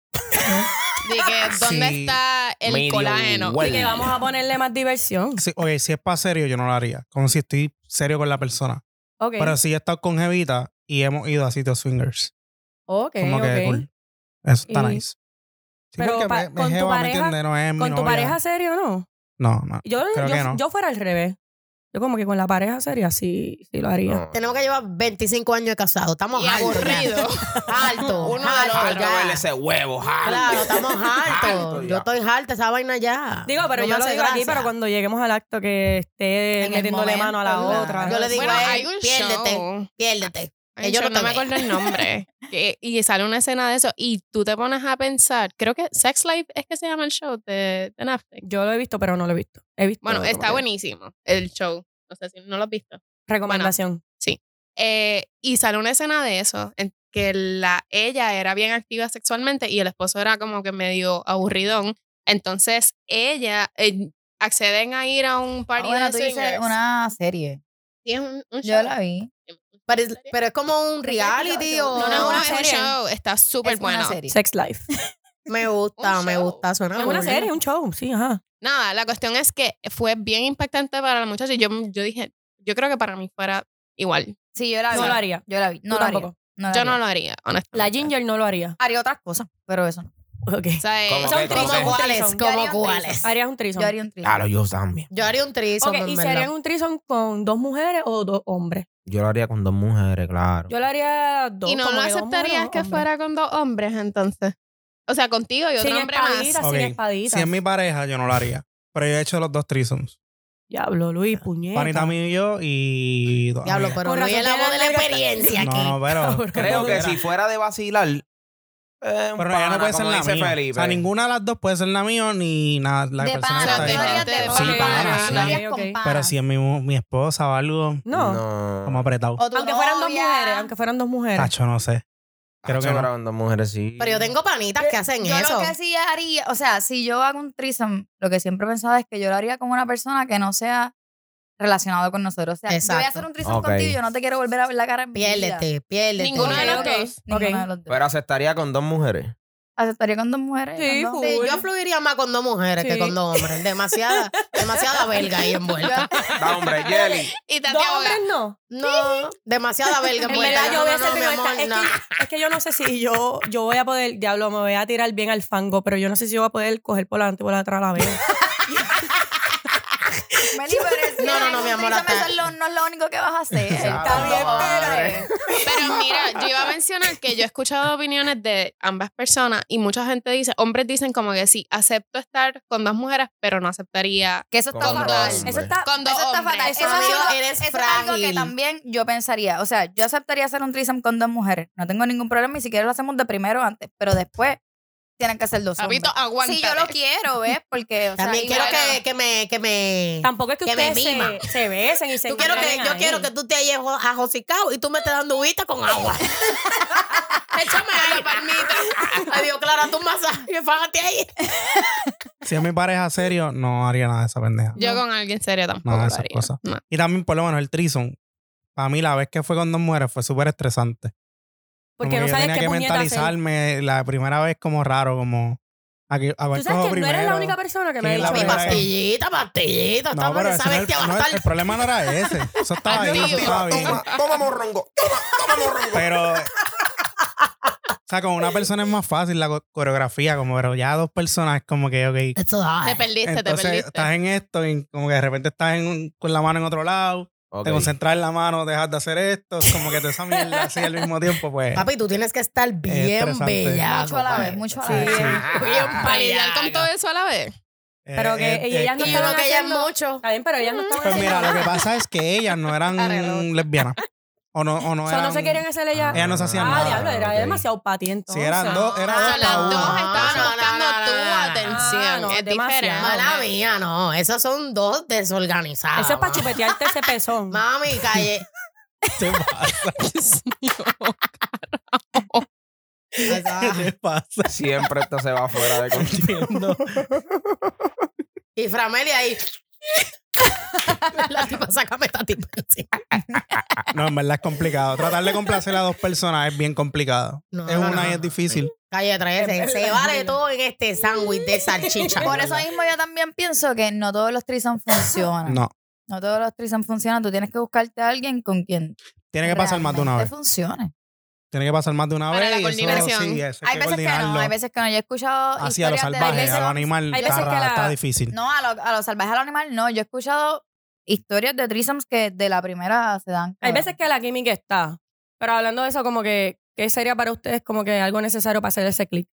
De que, Eh, ¿dónde Sí. está el Medio colágeno? huevo. Así que vamos a ponerle más diversión. Sí, oye, si es para serio, yo no lo haría. Como si estoy serio con la persona. Ok. Pero sí he estado con Jevita y hemos ido a sitios swingers. ok, como que ok. cool. Eso está Y- nice. Sí, pero porque pa- me- me con tu jeva, ¿me pareja- entiendes? No es mi ¿Con tu novia. pareja serio o no? No, no. Yo, Creo yo, que no. yo fuera al revés. Yo como que con la pareja seria sí, sí lo haría. No. Tenemos que llevar 25 años de casado. Estamos Y hartos ya. aburrido. [laughs] Alto. Uno de los alto, Harto otros ya. huele ese huevo, harto. Claro, [laughs] estamos Harto hartos. ya. Yo estoy harta esa vaina ya. Digo, pero No yo me lo hace digo aquí, gracia. pero cuando lleguemos al acto que esté En el metiéndole mano a la momento, otra. claro. Yo le digo Bueno, a él, hay un piérdete. show. Piérdete. Hay un Yo no show, te no me veo. [laughs] acuerdo el nombre. Que- y sale una escena de eso y tú te pones a pensar, creo que Sex Life es que se llama el show de, de Netflix. Yo lo he visto, pero no lo he Ah, visto. He visto Bueno, como está que- buenísimo el show. No sé si no lo has visto. Recomendación. Eh, y sale una escena de eso, en que la, ella era bien activa sexualmente y el esposo era como que medio aburridón. Entonces ella eh, acceden a ir a un Ah, party bueno, de tú dices swingers. una serie. Sí, es un, un Yo show. la vi. Pero es, pero es como un reality o. No, no, no, una es un serie. show, está súper es una bueno. serie. Sex Life. Me gusta, Un me show. gusta. Suena Es una cool. serie, un show, sí, ajá. Nada, la cuestión es que fue bien impactante para la muchacha y yo, yo dije, yo creo que para mí fuera igual. Sí, yo la vi. No lo haría. Yo la vi. No Tú lo haría. tampoco. la Yo haría. no lo haría, honestamente. La Ginger no lo haría. Haría otras cosas, pero eso no. Ok. O sea, eh, ¿Cómo son que? tri- ¿Cómo ¿Como Entonces- cuáles? Yo haría ¿Como un cuáles? threesome. Harías un trison. Yo haría un thriller. Claro, yo también. Yo haría un threesome, Ok, en ¿y se verdad. harían un trison con dos mujeres o dos hombres? Yo lo haría con dos mujeres, claro. Yo lo haría dos. Y no como lo que dos mujeres o aceptarías dos que hombres. fuera con dos hombres, entonces. O sea, contigo y otro Sin hombre más. espaditas, Ok. sin espaditas. Si es mi pareja, yo no lo haría. Pero yo he hecho los dos threesomes. Diablo, Luis, puñeta. [laughs] Panita mío y yo y... dos Diablo, amigas. pero Con no es razón la tiene voz de la la nalga- experiencia aquí. No, no, pero... [laughs] Cabrón. Creo que era. si fuera de vacilar, eh, un Pero ella no pana, puede ser como la dice mía. Felipe. O sea, ninguna de las dos puede ser la mía ni nada, la de persona que pana, panas, está tú de lo ahí. pana. harías de Sí, panas, panas, tú lo harías sí. con Ok, ok. panas. Pero si es mi, mi esposa o algo, No. como apretado. O tu Aunque fueran dos novia. mujeres, aunque fueran dos mujeres. Tacho, no sé. Creo que Hacho, no. pero con dos mujeres sí. Pero yo tengo panitas que hacen Yo eso. lo que sí haría, o sea, si yo hago un threesome, lo que siempre pensaba es que yo lo haría con una persona que no sea relacionado con nosotros. O sea, yo voy a Exacto. hacer un threesome Ok. contigo y yo no te quiero volver a ver la cara en mi vida. Piérdete, piérdete. Ninguno de los Ok, dos. Ninguno Ok. de los dos. Pero aceptaría con dos mujeres. ¿Aceptaría con dos mujeres? Sí, con dos? full. Sí, yo fluiría más con dos mujeres Sí. que con dos hombres. Demasiada, demasiada belga ahí envuelta. Da, hombre, Jelly. Y Dos Tati aboga. hombres no. No, demasiada belga En envuelta. verdad, yo No, voy a no, ser mi primera- amor, es, no. que, [laughs] es que yo no sé si yo, yo voy a poder, diablo, me voy a tirar bien al fango, pero yo no sé si yo voy a poder coger por delante y por atrás a la vez. Meli, pero es que No, no, no, un mi amor, threesome hasta- eso es lo- no es lo único que vas a hacer. Está bien, Hombre. Pero mira, yo iba a mencionar que yo he escuchado opiniones de ambas personas y mucha gente dice, hombres dicen como que sí, acepto estar con dos mujeres, pero no aceptaría. Que eso está Con fatal. dos. Eso está, Con dos eso está hombres. fatal. Eso, es Amigo, algo- eres eso es algo que frágil. también yo pensaría. O sea, yo aceptaría hacer un threesome con dos mujeres. No tengo ningún problema y si quieres lo hacemos de primero antes. Pero después tienen que ser dos hombres. Papito, aguanta. Si yo lo quiero, ¿ves? Porque, o sea, También quiero igual- que, que me... Que me... Tampoco es que, Que me ustedes mima. se, se besen y se Tú quiero que, engañen yo ahí. quiero que tú te hayas jo- ajosicado y tú me estés dando uvita con agua. Échame ahí, palmita. Adiós, Clara, tú masaje, fájate ahí. Si es mi pareja serio, no haría nada de esa pendeja. Yo con alguien serio tampoco. No, lo esas haría. cosas. No. Y también, por lo menos, el trison. Para mí, la vez que fue con dos mujeres fue súper estresante. Como Porque no que yo sabes tenía qué que puñeta hacer. mentalizarme la primera vez como raro, como... A, que- a ver, Tú Pues sabes cojo que no eres primero. la única persona que me ha ¿Quién dicho la Mi primera eso. vez? pastillita, pastillita. No, Estamos pero en ese no saber era- que va a no, estar. el problema no era ese. Eso estaba ahí, eso Activo. estaba bien. toma morrongo. Toma, toma morrongo. Pero. O sea, con una persona es más fácil la co- coreografía, como, pero ya dos personas es como que, ok. It's alive. Te perdiste, te Entonces perdiste. estás en esto y como que de repente estás en un- con la mano en otro lado, [laughs] te concentras en la mano, dejas de hacer esto, como que te esa mierda así al mismo tiempo, pues. Papi, tú tienes que estar bien estresante. bella. Mucho a la vez, mucho a la Sí. vez. Bien Para lidiar con todo payaga. eso a la vez. eh, Pero que eh, y ellas eh, no Y estaban uno que ya es haciendo... mucho. Está bien, pero ellas no estaban Pues mira, haciendo lo que nada. pasa es que ellas no eran Arregló. lesbianas. O no, o no O sea, eran. no [laughs] se quieren hacer ellas. Ellas no se hacían Ah, nada. diablo, era ok. demasiado pati entonces. Si eran dos, eran Ah, dos O sea, las pa' dos uno. No, estaban no, buscando no, no, tu no, no. atención. Ah, no, es demasiado. diferente. Mala mía, no. Esas son dos desorganizadas. Eso es para mami. chupetearte ese pezón. Mami, [laughs] calle. ¿Qué pasa? ¿Qué [laughs] pasa? Siempre esto se va fuera de control. Entiendo. Y Framelia ahí. [laughs] La tipa, sácame esta tipa encima. No, en verdad es complicado. Tratar de complacer a dos personas es bien complicado. No, es no, una no, y es no. difícil. Calle 13. Se vale todo en este sándwich de salchicha. Por eso mismo yo también pienso que no todos los threesomes funcionan. No. No todos los threesomes funcionan. Tú tienes que buscarte a alguien con quien Tiene que pasar más de una realmente vez. funcione. Tiene que pasar más de una Para vez. la y eso, coordinación. sí, eso Hay veces que no, coordinarlo. hay veces que no. Yo he escuchado Así a lo historias de salvaje, a threesomes- lo animal, hay veces está, que la- está difícil. No, a los a lo salvajes al animal no. Yo he escuchado historias de threesomes que de la primera se dan. Hay cabrón. veces que la química está. Pero hablando de eso, como que, ¿qué sería para ustedes como que algo necesario para hacer ese clic?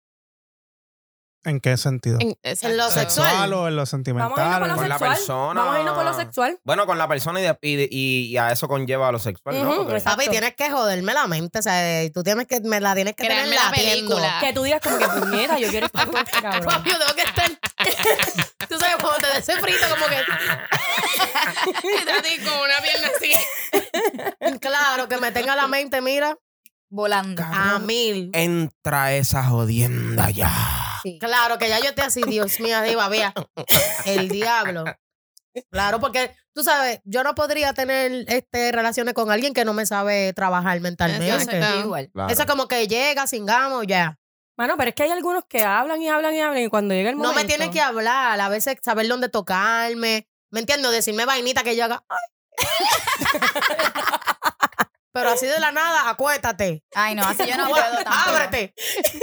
¿En qué sentido? En- exacto. En lo ¿Sexual sexual. o en lo Vamos a irnos sentimental? por o lo en con sexual. la persona. Vamos a irnos por lo sexual. Bueno, con la persona y, de- y, de- y- y a eso conlleva lo sexual, ¿no? Ujú, Porque- exacto. Papi, tienes que joderme la mente. O sea, tú tienes que, me la tienes que Crearme tener la latiendo. [laughs] película. Que tú digas como que puñeta, yo quiero estar con este cabrón. Papi, yo tengo que estar. [laughs] Tú sabes, cuando te des ese frito, como que. Y te di con una pierna [laughs] así. mm, Claro, que me tenga la mente, mira, volando. a mil. Entra esa jodienda ya. Sí. Claro, que ya yo esté así, Dios mío, arriba, vea. El diablo. Claro, porque tú sabes, yo no podría tener este, relaciones con alguien que no me sabe trabajar mentalmente. Exacto. Igual. Claro. Eso es como que llega, singamos, ya. Mano, pero es que hay algunos que hablan y hablan y hablan y cuando llega el No momento... me tienes que hablar, a veces saber dónde tocarme. ¿Me entiendo? Decirme vainita que yo haga. "Ay". [laughs] Pero así de la nada, acuéstate. Ay, no, así [laughs] yo no puedo tampoco. Ábrete.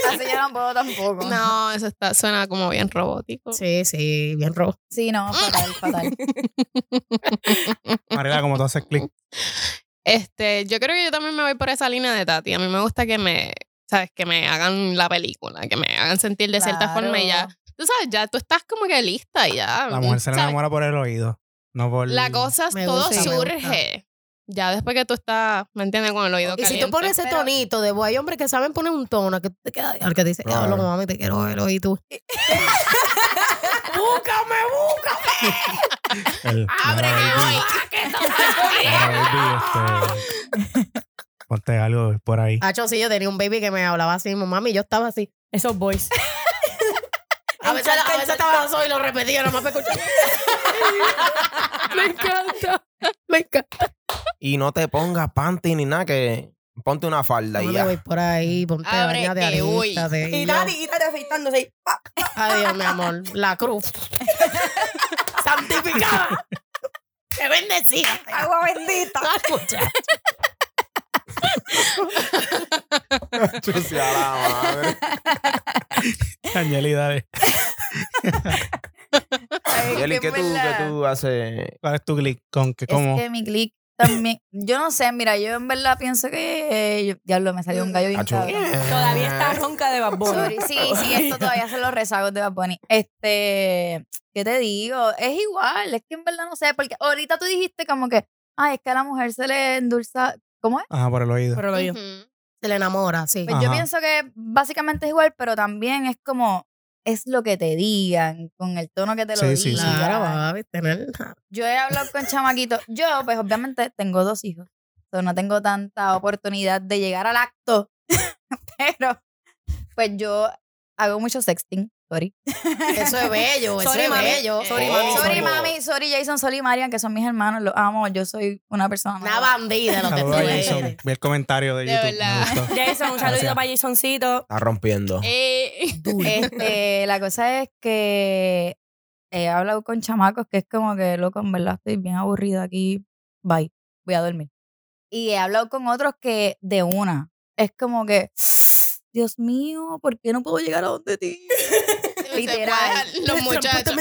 Así yo no puedo tampoco. No, eso está, suena como bien robótico. Sí, sí, bien rojo. Sí, no, fatal, fatal. Mariela, como tú haces clic. Este, yo creo que yo también me voy por esa línea de Tati. A mí me gusta que me, sabes, que me hagan la película, que me hagan sentir de cierta forma y ya. Claro. Tú sabes, ya tú estás como que lista y ya. La mujer se le ¿sabes? enamora por el oído. No por. La cosa, Me todo gusta, me surge. Ya después que tú estás, ¿me entiendes? Con el oído Y si tú caliente. pones ese Pero- tonito de voz, hay hombres que saben poner un tono que tú te quedas al que dice, Claro. hablo mami, te quiero ver y tú. ¡Búscame, búscame! El- ¡Abre Mira, ah, que baby, [laughs] voy! mira, baby, este, Ponte algo por ahí. Hacho, sí, yo tenía un baby que me hablaba así, mami, yo estaba así. Esos boys. A veces, a veces estaba solo y lo repetía, nomás me escuchaba. me encanta. Me encanta. Y no te pongas panty ni nada, que ponte una falda y No me ya. [laughs] voy por ahí, ponte Abre baña de que voy. arista, de Y hilo. Tati, y Tati afeitándose. y pa. Adiós, mi amor. La cruz. Santificada. Que bendecida. Agua bendita. Sea la madre. Angeli, dale. [laughs] Angeli, ¿qué tú, qué tú haces? ¿Cuál es tu clic? ¿Con qué? ¿Cómo? Es que mi clic también. Yo no sé, mira, yo en verdad pienso que. eh, yo- diablo, me salió un gallo bien Acho. cabrón. Todavía está ronca de Bad Bunny. Sorry, Sí, sí, [laughs] esto todavía son los rezagos de Bad Bunny. Este, ¿qué te digo? Es igual, es que en verdad no sé, porque ahorita tú dijiste como que, ay, es que a la mujer se le endulza. ¿Cómo es? Ajá, por el oído. Pero lo digo. Ujú. Se le enamora, sí. Pues yo Ajá. pienso que básicamente es igual, pero también es como, es lo que te digan, con el tono que te lo Sí, digan. sí, sí. Claro, va a tener. [laughs] Yo he hablado con chamaquitos. Yo, pues obviamente, tengo dos hijos. So, no tengo tanta oportunidad de llegar al acto. [laughs] Pero, pues yo hago mucho sexting. Sorry. Eso es bello, eso Sorry, es mami. bello. Sorry, mami. Oh, Sorry, Sorry. mami. Sorry, Jason. Sorry, Marian, que son mis hermanos. Los amo. Yo soy una persona. Una mala. bandida, lo que Saludos a estoy Jason. viendo. Vi el comentario de De YouTube. me verdad. gustó. Jason, un Gracias. saludito para Jasoncito. Está rompiendo. Eh, [laughs] Este, [laughs] la cosa es que he hablado con chamacos que es como que, loco, en verdad estoy bien aburrida aquí. Bye. Voy a dormir. Y he hablado con otros que de una. Es como que, Dios mío, ¿por qué no puedo llegar a donde ti? Literal. se fue a Los muchachos.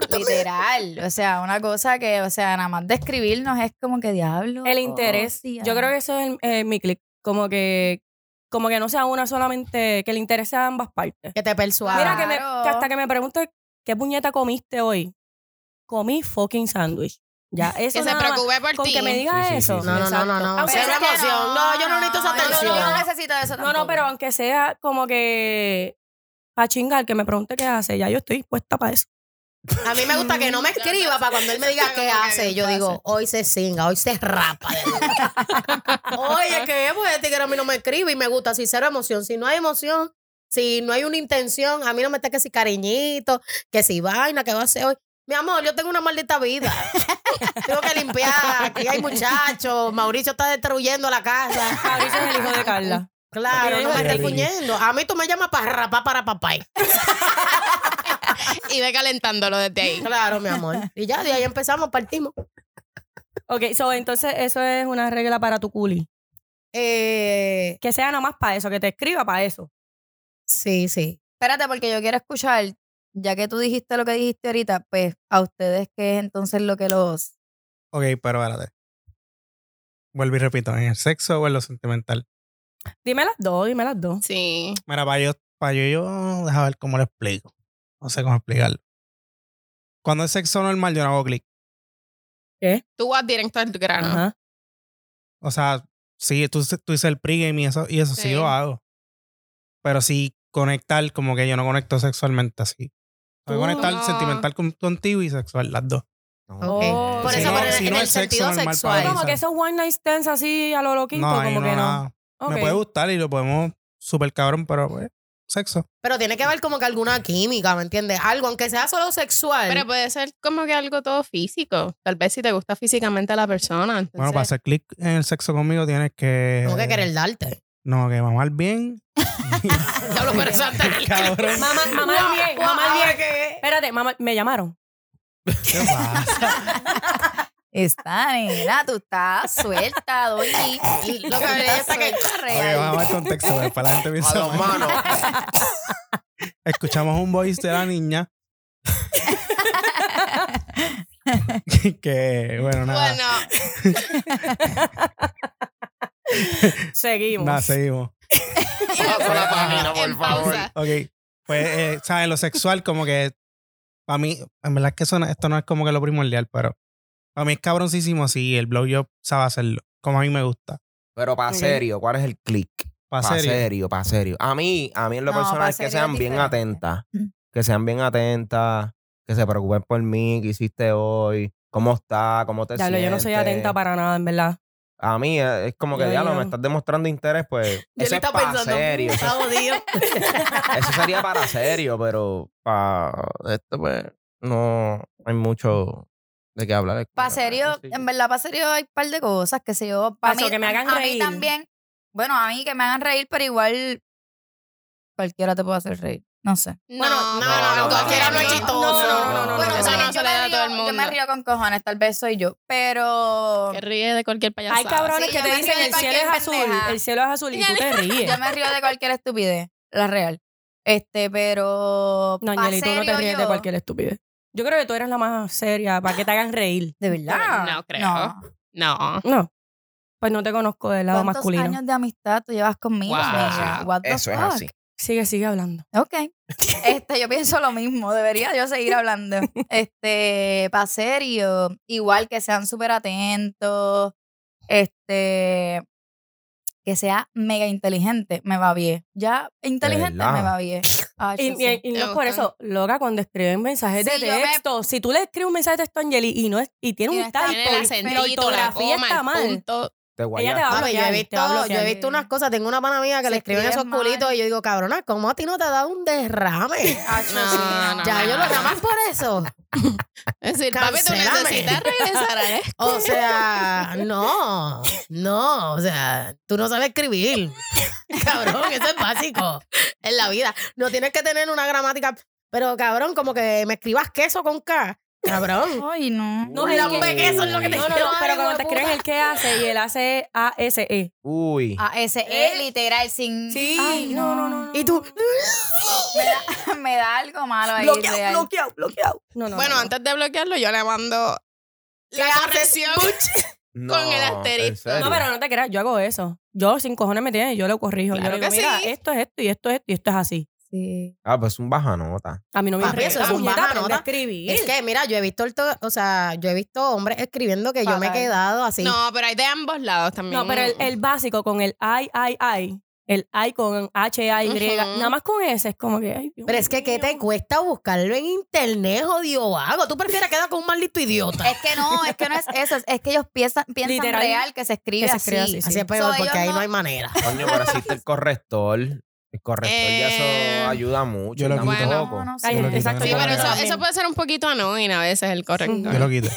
Literal. O sea, una cosa que, o sea, nada más describirnos es como que diablo. Oh, El interés. hostia. Yo creo que eso es el- eh, mi clic. Como que, como que no sea una solamente, que le interese a ambas partes. Que te persuada. Mira que, me- Claro. que hasta que me pregunte qué puñeta comiste hoy. Comí fucking sándwich. Ya, eso [laughs] Que se nada más. preocupe por Con ti. que me diga Sí, sí, eso. sí, sí. No, no, no, no, no. Aunque Cero sea- que emoción. No, yo no necesito esa yo no- atención. Yo no necesito No, eso no, tampoco. pero aunque sea como que pa' chingar, que me pregunte qué hace, ya yo estoy dispuesta para [laughs] eso. A mí me gusta que no me escriba para cuando él me diga qué hace. Yo digo, hoy se singa, hoy se rapa. de verdad. [laughs] Oye, que es pues, que a mí no me escribe y me gusta si cero emoción. Si no hay emoción, si no hay una intención, a mí no me está que si cariñito, que si vaina, que va a hacer hoy. Mi amor, yo tengo una [laughs] maldita vida. tengo que limpiar, aquí hay muchachos, Mauricio está destruyendo la casa. Mauricio es el hijo de Carla. Claro, no me Jerry. estés puñendo. A mí tú me llamas para rapar para [laughs] papá. Y ve calentándolo desde ahí. Claro, mi amor. Y ya, de ahí empezamos, partimos. Ok, so entonces eso es una regla para tu culi. Eh, Que sea nomás para eso, que te escriba para eso. sí, sí. Espérate, porque yo quiero escuchar, ya que tú dijiste lo que dijiste ahorita, pues a ustedes qué es entonces lo que los... Ok, pero espérate. Vuelvo y repito, ¿en el sexo o en lo sentimental? Dime las dos, dime las dos. Sí. Mira, para yo, para yo, yo, deja ver cómo lo explico. No sé cómo explicarlo. Cuando es sexo normal, yo no hago clic. Tú vas directo al Ah, grano. Ajá. O sea, sí, tú, tú dices el pregame y eso, y eso sí. Sí. lo hago. Pero sí conectar, como que yo no conecto sexualmente así. Voy a conectar No. sentimental con- contigo y sexual, las dos. Ok. Oh. Por Sí, eso, no, pero en- si en no el el sexo sentido normal para sexual. Ahí, Como ¿sabes? que esos one night stands así a lo loquito, no, ahí como no, que no. nada. Me Ok. puede gustar y lo podemos super cabrón, pero pues, sexo. Pero tiene que haber como que alguna química, ¿me entiendes? Algo, aunque sea solo sexual. Pero puede ser como que algo todo físico. Tal vez si te gusta físicamente a la persona. Entonces, Bueno, para hacer clic en el sexo conmigo tienes que. Eh. tengo que querer darte. No, que mamar bien. Diablo, pero eso antes- cabrón. Mamá, [laughs] mamá bien, mamá bien. Espérate, mamá, me llamaron. ¿Qué pasa? Está, nena, tú estás [laughs] suelta, Dolly. Lo que me está que- Ok, vamos a ver contexto. pues, Para la gente A piensa dos [laughs] mal. manos. Escuchamos un voice de la niña. [laughs] que, bueno, nada. Bueno, Seguimos. nada, seguimos. Pasa la página, por en favor. pausa. Ok. Pues, eh, ¿sabes? Lo sexual, como que. Para mí, en verdad es que eso no- esto no es como que lo primordial, pero. Para mí es cabroncísimo si el blowjob sabe hacerlo. Como a mí me gusta. Pero para Ok. serio, ¿cuál es el click? Para Para serio. serio, para serio. A mí, a mí en lo No, pa' personal, que serio sean es bien diferente. atentas. Mm. Que sean bien atentas, que se preocupen por mí, qué hiciste hoy, cómo está, cómo te Diablo, sientes. yo no soy este. atenta para nada, en verdad. A mí eh, es como que, Yo- diablo, yo- me estás demostrando interés, pues. Yo Eso le es estaba para pensando. serio. Eso, Está [laughs] jodido. eso sería para serio, pero para esto, pues, no hay mucho de qué hablar. Es como Para que, "Ah, serio, sí. en verdad, para serio hay un par de cosas que se yo. Pa' Para eso, que me hagan a reír. mí también. Bueno, a mí que me hagan reír, pero igual cualquiera te puede hacer reír. No sé. Bueno, no, no, no, no, no, no, cualquiera no es no, chistoso. no, no, no, no, Bueno, no, eso no, no. no. se le da a todo el río- yo mundo. me río con cojones, tal vez soy yo. Pero Que ríe de cualquier payasada. Hay cabrones sí, que yo te me dicen río de el cielo es cualquier azul, pendeja. el cielo es azul y tú te [laughs] ríes. yo me río de cualquier estupidez. La real. Este, pero. No, pa' Angelito, tú no te serio ríes de yo- cualquier estupidez. Yo creo que tú eres la más seria para que te hagan reír. De verdad. No creo. No. No. Pues no te conozco del lado ¿Cuántos masculino. años de amistad tú llevas conmigo, Wow. amiga? What the Eso es fuck? así. Sigue, sigue hablando. Ok. Este, yo pienso lo mismo. Debería yo seguir hablando. Este, para serio. Igual que sean súper atentos. Este. Que sea mega inteligente, me va bien. Ya inteligente verdad. me va bien. Ay, Y, sí, y- sí. y no Te es por gustan. eso, loca, cuando escriben mensajes Sí, de yo me- texto, si tú le escribes un mensaje de texto a Angeli y, no es, y tiene Y un no está- typo, Tiene el la acentito, la ortografía coma, está el mal. punto. Te Ella te va a Mami, yo bloquear, he te va a visto, yo bloquear. he visto unas cosas. Tengo una pana mía que Se le escriben escribe esos mal. culitos y yo digo, cabrona, ¿cómo a ti no te ha dado un derrame? Ay, No, sí, no, Ya, yo lo llamas por eso. Ah. [laughs] Es decir, papi, tú Cancélame. necesitas regresar [laughs] a O sea, no, no, o sea, tú no sabes escribir. [laughs] Cabrón, eso es básico en la vida. No tienes que tener una gramática, pero cabrón, como que me escribas queso con K. Cabrón. [laughs] Ay, no. No, Uy. es que- Lambe queso es lo que te No, no, quiero no, dar, pero hijo cuando de te escriben puta. el que hace y el hace E. A-S-E. Uy. A ese E literal sin. Eh, Sí, Ay, no, no, no. no. Y tú, Me da, [laughs] me da algo malo ahí. real. bloqueado, bloqueado. No, no, Bueno, no, no. antes de bloquearlo, yo le mando la corrección. No, con el asterisco. ¿en serio? No, pero no te creas, yo hago eso. Yo sin cojones me tienen y yo lo corrijo. Claro yo le digo, que mira, sí. esto es esto y esto es esto y esto es así. Sí. Ah, pues un baja nota. A mí no me Papi, interesa. eso es un puñeta, baja aprende a nota. escribir. es que mira, yo he visto el to- o sea, yo he visto hombres escribiendo que yo me he Fatal. quedado así. No, pero hay de ambos lados también. No, pero el, el básico con el I, I, I, el I con H, A, Y, Ujú. nada más con ese es como que. ay, Dios Pero es que, ¿qué te mío. cuesta buscarlo en internet, jodido vago? ¿Tú prefieres quedar con un maldito idiota? Es que no, es que no es eso. Es que ellos piensan, piensan Literal. real que se escribe Que se así. escribe así, sí. Así es peor, So, porque ellos ahí no no- hay manera. Coño, pero existe [laughs] el corrector. El corrector ya Eh, eso ayuda mucho. yo lo tampoco. quito. No, no sé. Ay, Yo lo quito, exacto. Sí, yo yo lo pero creo quito. eso, también. eso puede ser un poquito annoying a veces, el corrector. Yo lo quito.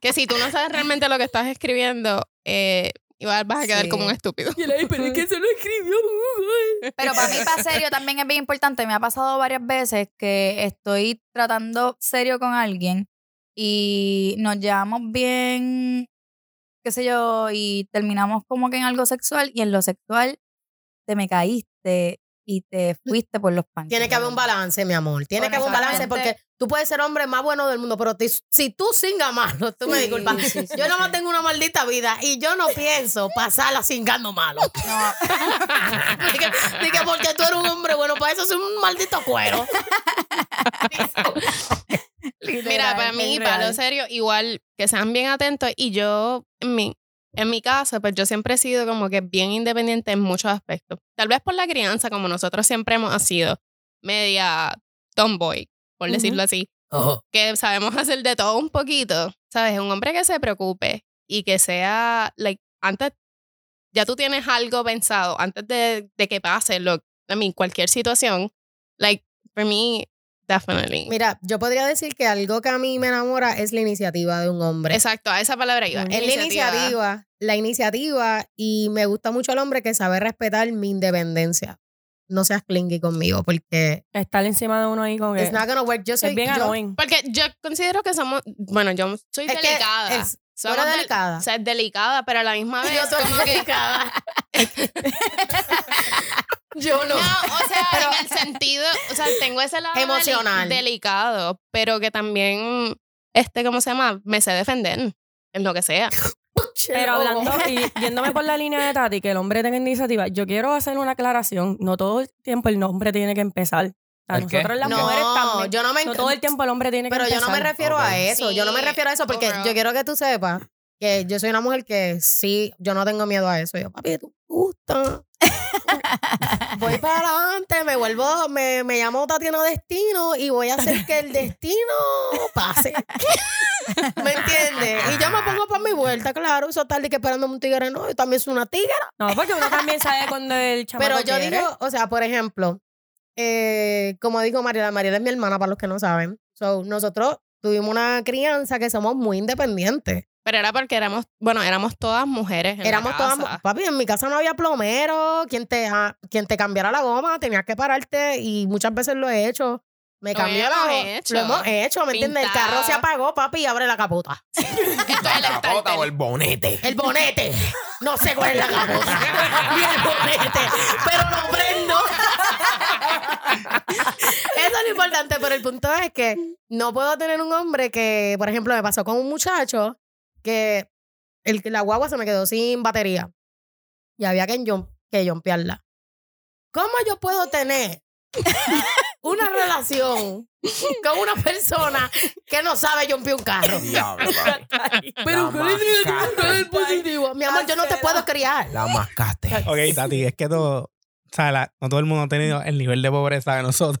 Que si tú no sabes realmente lo que estás escribiendo, eh, igual vas a quedar Sí. como un estúpido. Y el I, pero es que se lo escribió. Pero para mí, para serio, también es bien importante. Me ha pasado varias veces que estoy tratando serio con alguien y nos llevamos bien, qué sé yo, y terminamos como que en algo sexual y en lo sexual te me caíste y te fuiste por los panques. Tiene que haber un balance, mi amor. Tiene que haber un balance porque Honestamente. tú puedes ser hombre más bueno del mundo, pero ti- si tú singas malo, tú me Sí, disculpas. sí, sí, yo no sí. tengo una maldita vida y yo no pienso pasarla singando malo. [laughs] No, Así que, así que porque tú eres un hombre bueno, para eso soy un maldito cuero. Mira, para mí, para lo serio, igual que sean bien atentos. Y yo, en mi, en mi caso, pues yo siempre he sido como que bien independiente en muchos aspectos. Tal vez por la crianza, como nosotros siempre hemos sido, media tomboy, por Ujú. decirlo así, que sabemos [laughs] hacer de todo un poquito, ¿sabes? Un hombre que se preocupe y que sea, like, antes, ya tú tienes algo pensado, antes de, de que pase, lo, I mean, cualquier situación, like, for me, definitely. Mira, yo podría decir que algo que a mí me enamora es la iniciativa de un hombre. Exacto, a esa palabra iba. Es la iniciativa, la iniciativa y me gusta mucho el hombre que sabe respetar mi independencia. No seas clingy conmigo porque Estar encima de uno ahí con que- it's not gonna work. Yo Pues, soy es bien yo- [laughs] annoying. Porque yo considero que somos, bueno, yo soy Es que delicada. es- tú Somos eres del- delicada. o sea, es delicada, pero a la misma vez. Yo como que, [laughs] Yo No, o sea, en el sentido, o sea, tengo ese lado deli- Emocional. delicado, pero que también, este, ¿cómo se llama? Me sé defender en lo que sea. Pero hablando y yéndome por la línea de Tati, que el hombre tenga iniciativa, yo quiero hacer una aclaración. No todo el tiempo el hombre tiene que empezar. A ¿El qué? nosotros las No, mujeres también. yo no me No todo el tiempo el hombre tiene que Pero yo empezar. no me refiero Ok. a eso. yo no me Sí, refiero a eso porque overall. yo quiero que tú sepas que yo soy una mujer que sí, yo no tengo miedo a eso. Yo, papi, tú me [laughs] gusta. voy para adelante, me vuelvo, me, me llamo Tatiana Destino y voy a hacer que el destino pase. ¿Me entiendes? Y yo me pongo para mi vuelta, claro. Eso tarde que esperándome un tigre, no. Yo también soy una tigre. No, porque uno también sabe cuando el chamaco Pero yo quiere. digo, o sea, por ejemplo, eh, como dijo Mariela, Mariela es mi hermana para los que no saben. So, nosotros tuvimos una crianza que somos muy independientes. Pero era porque éramos, bueno, éramos todas mujeres. En Éramos la todas, casa. mu- papi, en mi casa no había plomero, quien te, ah, quien te cambiara la goma, tenías que pararte y muchas veces lo he hecho. Me Lo cambió hemos la hecho. Lo hemos hecho, ¿me entiendes? El Pintado. carro se apagó, papi, y abre la capota. [laughs] Esto es el ¿La capota starter. o el bonete? El bonete. No sé cuál es la capota. Ni el bonete. Pero lo prendo. Eso es lo importante, pero el punto es que no puedo tener un hombre que, por ejemplo, me pasó con un muchacho que el, la guagua se me quedó sin batería y había que, jom- que jompearla. ¿Cómo yo puedo tener una relación con una persona que no sabe jompear un [laughs] carro? Diablo, vale. Pero La ¿cuál es el- mascaste. cuál es el positivo? Mi amor, yo no te puedo criar. La mascaste. Ok, Tati, es que todo. O sea, la- no todo el mundo ha tenido el nivel de pobreza de nosotros.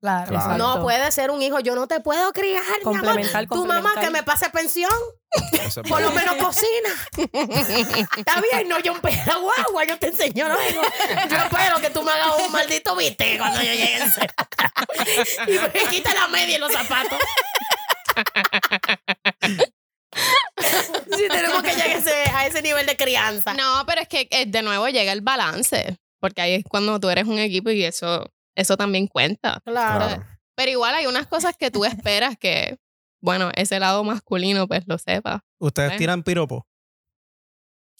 claro, Claro. exacto. No pues, puede ser un hijo. Yo no te puedo criar, mi amor. complementar, Tu mamá que complementar. me pase pensión, Eso es por lo verdad. menos cocina. Está bien, no yo la guagua, yo te enseño luego. Yo espero que tú me hagas un maldito viste cuando yo llegue. en cero. y me quita la media y los zapatos. Si tenemos que llegar a ese- a ese nivel de crianza. No, pero es que eh, de nuevo llega el balance. Porque ahí es cuando tú eres un equipo y eso, eso también cuenta. Claro. Pero igual hay unas cosas que tú esperas que, bueno, ese lado masculino pues lo sepa. [laughs] Ustedes Bueno. tiran piropo.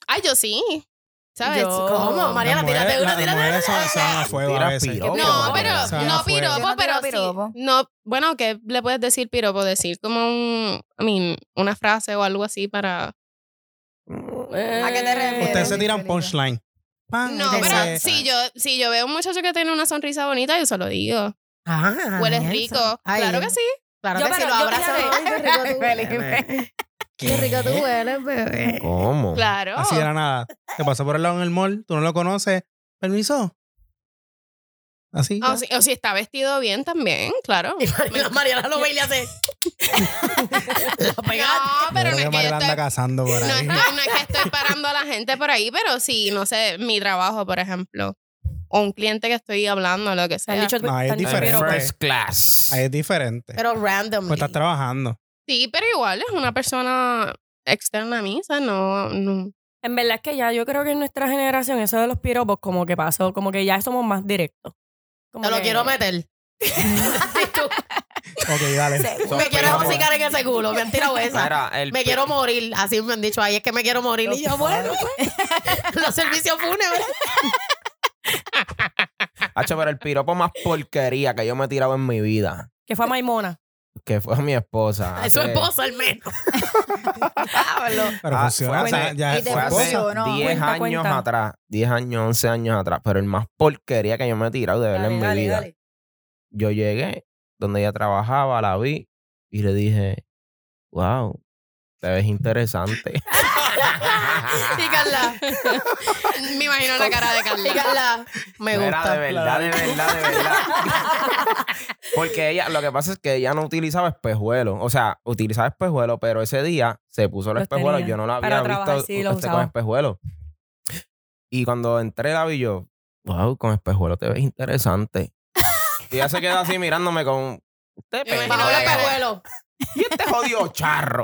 Ay, yo sí. ¿Sabes? Yo- ¿Cómo? Mariana, Las mujeres- tírate una, las tírate mujeres una. son- son a fuego a Tiras veces. piropo. No, Obvio, pero o sea, no fue- piropo, Yo no pero tiro sí- piropo. no, bueno, que le puedes decir piropo, decir como un, I mean, una frase o algo así para. ¿A qué te refieres? Ustedes se Feliz, tiran feliz. punchline. Pan, No, y pero dice, si yo, si yo veo un muchacho que tiene una sonrisa bonita, yo se lo digo. Ah, Hueles eso. rico. Ay, Claro que sí. Claro Yo, que sí, pero lo yo abrazo. fíjate. Ay, qué rico tú Feliz, hueles, bebé. Qué rico tú hueles, bebé. ¿Cómo? Claro. Así de la nada. Te pasó por el lado en el mall, tú no lo conoces. ¿Permiso? Así. Ah, O si, o si está vestido bien también, [laughs] claro. Mariana, Mariana lo ve y le hace. la pegaste. No, pero no es Yo creo que que yo Mariela estoy anda cazando por No ahí. estoy- no es que estoy parando a la gente por ahí, pero sí, no sé, mi trabajo, por ejemplo, o un cliente que estoy hablando, lo que Te han sea. dicho, No, ahí te han es dicho, diferente. pero- pues, First class. Ahí es diferente. Pero random. Pues estás trabajando. Sí, pero igual es una persona externa a mí, o sea, no, no. En verdad es que ya yo creo que en nuestra generación eso de los piropos como que pasó, como que ya somos más directos. Como Te lo que- quiero meter. [laughs] Ok, dale. Son me quiero piropos. josicar en ese culo. Me han tirado esa. Mira, el Me pi- quiero morir. Así me han dicho. Ay, es que me quiero morir. Y yo, bueno, pues, [laughs] los servicios [laughs] fúnebres. Hacho, pero el piropo más porquería que yo me he tirado en mi vida. Que fue a Maimona. que fue a mi [laughs] esposa. Es su hace- esposa al menos. Pero Ah, funciona. fue hace- o sea, ya y te fue hace funcionó. 10 Cuenta, años cuenta. atrás, 10 años, 11 años atrás, pero el más porquería que yo me he tirado de verla en mi vida. Yo llegué donde ella trabajaba, la vi y le dije, wow, te ves interesante. Y Carla, [laughs] Me imagino la cara de y Carla. Carla, me Mira, gusta. de verdad, de verdad, de verdad. [laughs] Porque ella, lo que pasa es que ella no utilizaba espejuelo. O sea, utilizaba espejuelo, pero ese día se puso el Los espejuelo. tenía. Yo no la Para había trabajar, visto sí, los este, con usaba. espejuelo. Y cuando entré la vi yo, wow, con espejuelo te ves interesante. Y ella se queda así mirándome con... Este Me imagino Bajo el la cara. pendejo, espejuelo. y este jodido charro.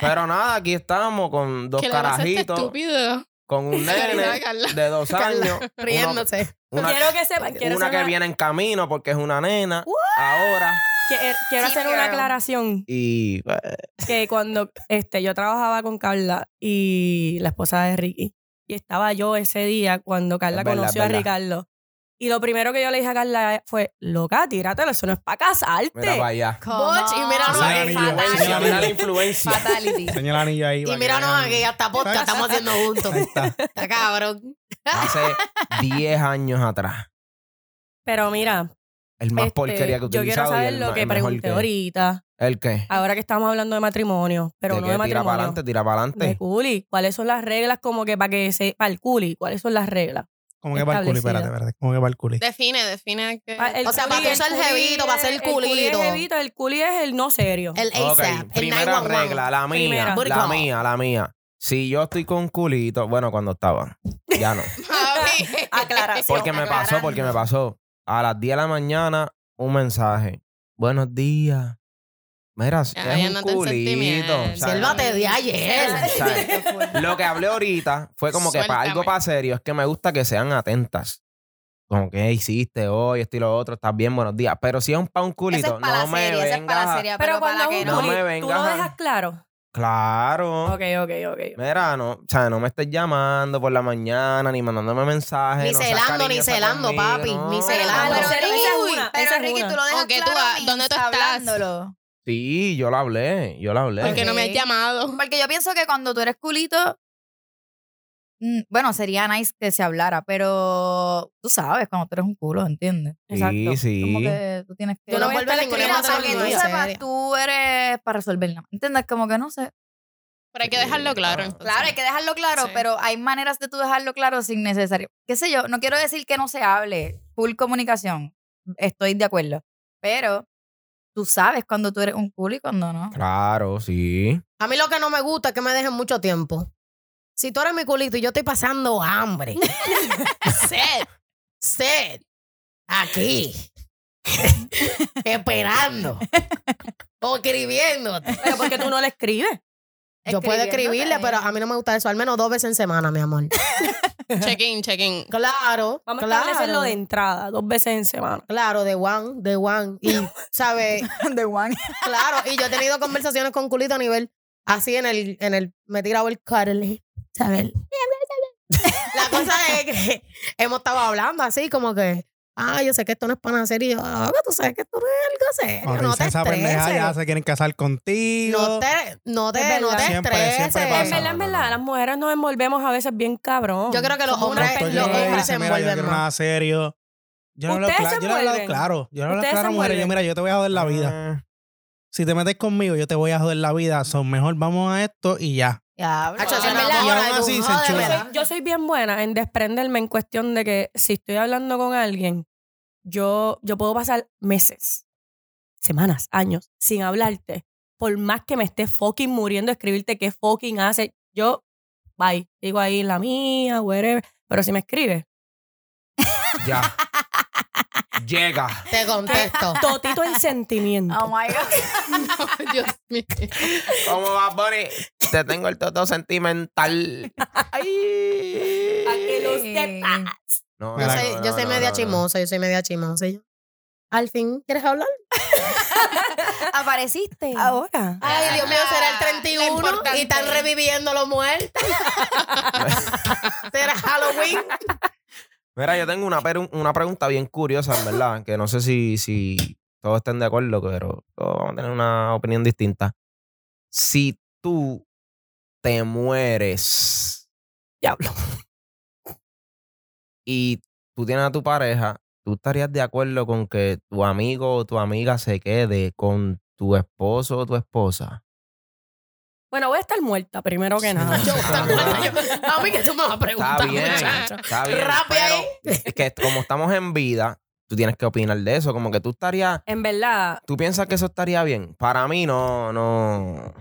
Pero nada, aquí estamos con dos Que le vas a este carajitos, estúpido. con [laughs] un Carla, nene Carla. de dos años. uno- Riéndose. [laughs] una- quiero que sepan, quiero, una hacer que una, viene en camino porque es una nena. Ahora. que- er, quiero hacer una girl. aclaración. Y. pues, que cuando este, yo trabajaba con Carla y la esposa de Ricky, y estaba yo ese día cuando Carla Es verdad, conoció a es verdad. Ricardo. Y lo primero que yo le dije a Carla fue, loca, tíratelo, eso no es para mira para casarte. allá. Butch, y mira, no, ahí, Mira, fatal. mira la [laughs] influencia. Fatality. Enseña el anillo ahí. Y para que míranos vean. aquí, hasta posta Ahí estamos [laughs] haciendo juntos. Ahí está. Está cabrón. Hace 10 años atrás. Pero mira, El más este, porquería que yo quiero utilizaba. saber lo que pregunté ahorita, ¿El qué? ahora que estamos hablando de matrimonio, pero no qué? de Tira para matrimonio. adelante, tira para De adelante. culi, ¿cuáles son las reglas como que para que se, para el culi, cuáles son las reglas? Como que para el culi, Establecida. espérate, espérate. Como que para el culi. Define, define. Que... Pa- Ah, el O sea, para culi, tú usar el culi jevito, para hacer el es- culi es culito. jevito, el culi es el no serio. El Ok, ASAP, el Primera 911. regla, la mía. Primera. Booty La call. mía, la mía. Si yo estoy con culito, bueno, cuando estaba, ya no. Papi. Aclaración. Porque me pasó, aclarando. porque me pasó. A las 10 de la mañana, un mensaje. Buenos días. Mira, Ya, ya es no un te culito. sentimientos. o sea, Sélvate de o ayer. sea, Lo que hablé ahorita fue como que para Suéltame. algo para serio. Es que me gusta que sean atentas. Como que "Hey, hiciste hoy, esto y lo otro, estás bien, buenos días. Pero si es un pa' un Esa culito, es para no la me serie, esa es para la vengas a- serie. Pero Pero cuando es para que un No no. culi, me tú vengas lo a- dejas claro. Claro. Ok, ok, ok. Mira, no, o sea, no me estés llamando por la mañana, ni mandándome mensajes. Ni no seas celando, ni cariñosa celando, conmigo, papi, ni no. celando. Pero, Pero, pero, esa es Ricky, una, pero esa es Ricky, una. tú lo dejas Ok, tú, claro ah, a mí, ¿dónde tú estás? hablándolo. Sí, yo la hablé, yo la hablé. Porque no me has Ok. llamado. Porque yo pienso que cuando tú eres culito, mm, bueno, sería nice que se hablara, pero tú sabes, cuando tú eres un culo, ¿entiendes? Sí, sí. Como que tú tienes que... Yo no voy a vuelvo a estar ninguna Mira, escribiendo madre para que en tú mi vida, seria. sepas, tú eres para resolver nada. ¿Entiendes? Como que no sé. Pero hay que dejarlo claro. entonces. Claro, hay que dejarlo claro, Sí. pero hay maneras de tú dejarlo claro sin necesario. Qué sé yo, no quiero decir que no se hable. Full comunicación. Estoy de acuerdo. Pero tú sabes cuando tú eres un culo y cuando no. Claro, sí. A mí lo que no me gusta es que me dejen mucho tiempo. Si tú eres mi culito y yo estoy pasando [laughs] hambre, sed, sed, [laughs] aquí, esperando o escribiéndote. Pero porque tú no le escribes. Yo puedo Escribiéndote. escribirle, pero a mí no me gusta eso, al menos dos veces en semana, [laughs] mi amor. Check in, check in. Claro, Vamos a claro. establecerlo de entrada, dos veces en semana. Claro, de one, de one. [laughs] Y, ¿sabes? [laughs] De Juan. Claro, y yo he tenido conversaciones con culito a nivel así en el, en el, me he tirado el cuddly, ¿sabes? [laughs] La cosa es que hemos estado hablando así como que, ah, yo sé que esto no es para hacer y yo, ah, tú sabes que esto no es algo serio, Cuando no dice te esa pendeja, ya estreses. se quieren casar contigo. No te, no Es te, verdad. no te Siempre, estreses. siempre en pasa. verdad, en no, no, verdad, no. las mujeres nos envolvemos a veces bien cabrón. Yo creo que los Somos hombres, unos los yo pendejos. hombres se mira, yo no envuelven quiero [laughs] más. nada serio. Yo no hablo Ustedes claro, se yo no hablo envuelven. claro. Yo no hablo Ustedes claro, se mujeres. Yo, envuelven. mira, yo te voy a joder la vida. Ah. Si te metes conmigo, yo te voy a joder la vida. Son mejor vamos a esto y ya. Ah, yo Diablo. se En verdad, Y enamora aún de tu- así se joder, Yo enchula. ¿verdad? soy, yo soy bien buena en desprenderme en cuestión de que si estoy hablando con alguien, yo, yo puedo pasar meses, semanas, años sin hablarte. Por más que me esté fucking muriendo, escribirte qué fucking hace. Yo, bye. Digo ahí la mía, whatever. Pero si me escribes, [laughs] Ya. Llega. Te contesto. totito el sentimiento. Oh my God. Dios mío. ¿Cómo va, Bonnie? Te tengo el toto sentimental. Ay. Pa' que lo sepas. No, Yo no, soy, no, yo no, soy no, media no, no. chimosa, yo soy media chimosa. y yo, Al fin, ¿quieres hablar? Apareciste. Ahora. Ay, Dios mío, será el La 31 importante. y están reviviendo los muertos. [laughs] será Halloween. Mira, yo tengo una, peru- una pregunta bien curiosa, en verdad, que no sé si, si todos estén de acuerdo, pero todos vamos a tener una opinión distinta. Si tú te mueres Diablo. y tú tienes a tu pareja, ¿tú estarías de acuerdo con que tu amigo o tu amiga se quede con tu esposo o tu [laughs] esposa? Bueno, voy a estar muerta primero que nada. Yo, está mal, yo- a mí que tú me vas a preguntar. Está bien, Eh, muchacho. está bien. Rápido ahí. pero es que como estamos en vida, tú tienes que opinar de eso. Como que tú estarías, En verdad, tú piensas que eso estaría bien. Para mí no, no.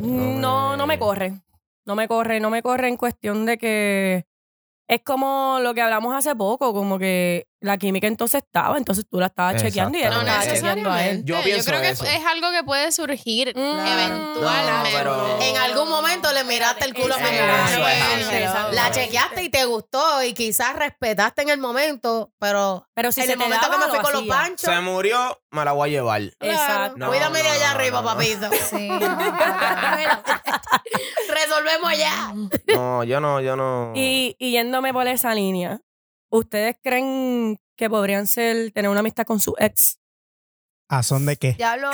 no, no me corre. No me corre, no me corre en cuestión de que es como lo que hablamos hace poco, como que la química entonces estaba, entonces tú la estabas chequeando y él No No la estaba chequeando a él. Mm. necesariamente. Yo pienso creo que eso. es algo que puede surgir eventualmente. No, no, pero- En algún momento le miraste el culo a mi Exacto. hermano. Exacto. La chequeaste y te gustó y quizás respetaste en el momento, pero Pero si en se el te momento que daba, me fui lo con los hacía. panchos, Se murió, me la voy a llevar. Exacto. No, cuídame de no, allá no, arriba, no, [laughs] no. papito. Sí, no, claro. Resolvemos allá. No, yo no, yo no. Y, y yéndome por esa línea, ¿ustedes creen que podrían ser tener una amistad con su ex? [laughs] ¿A son de qué? Diablo.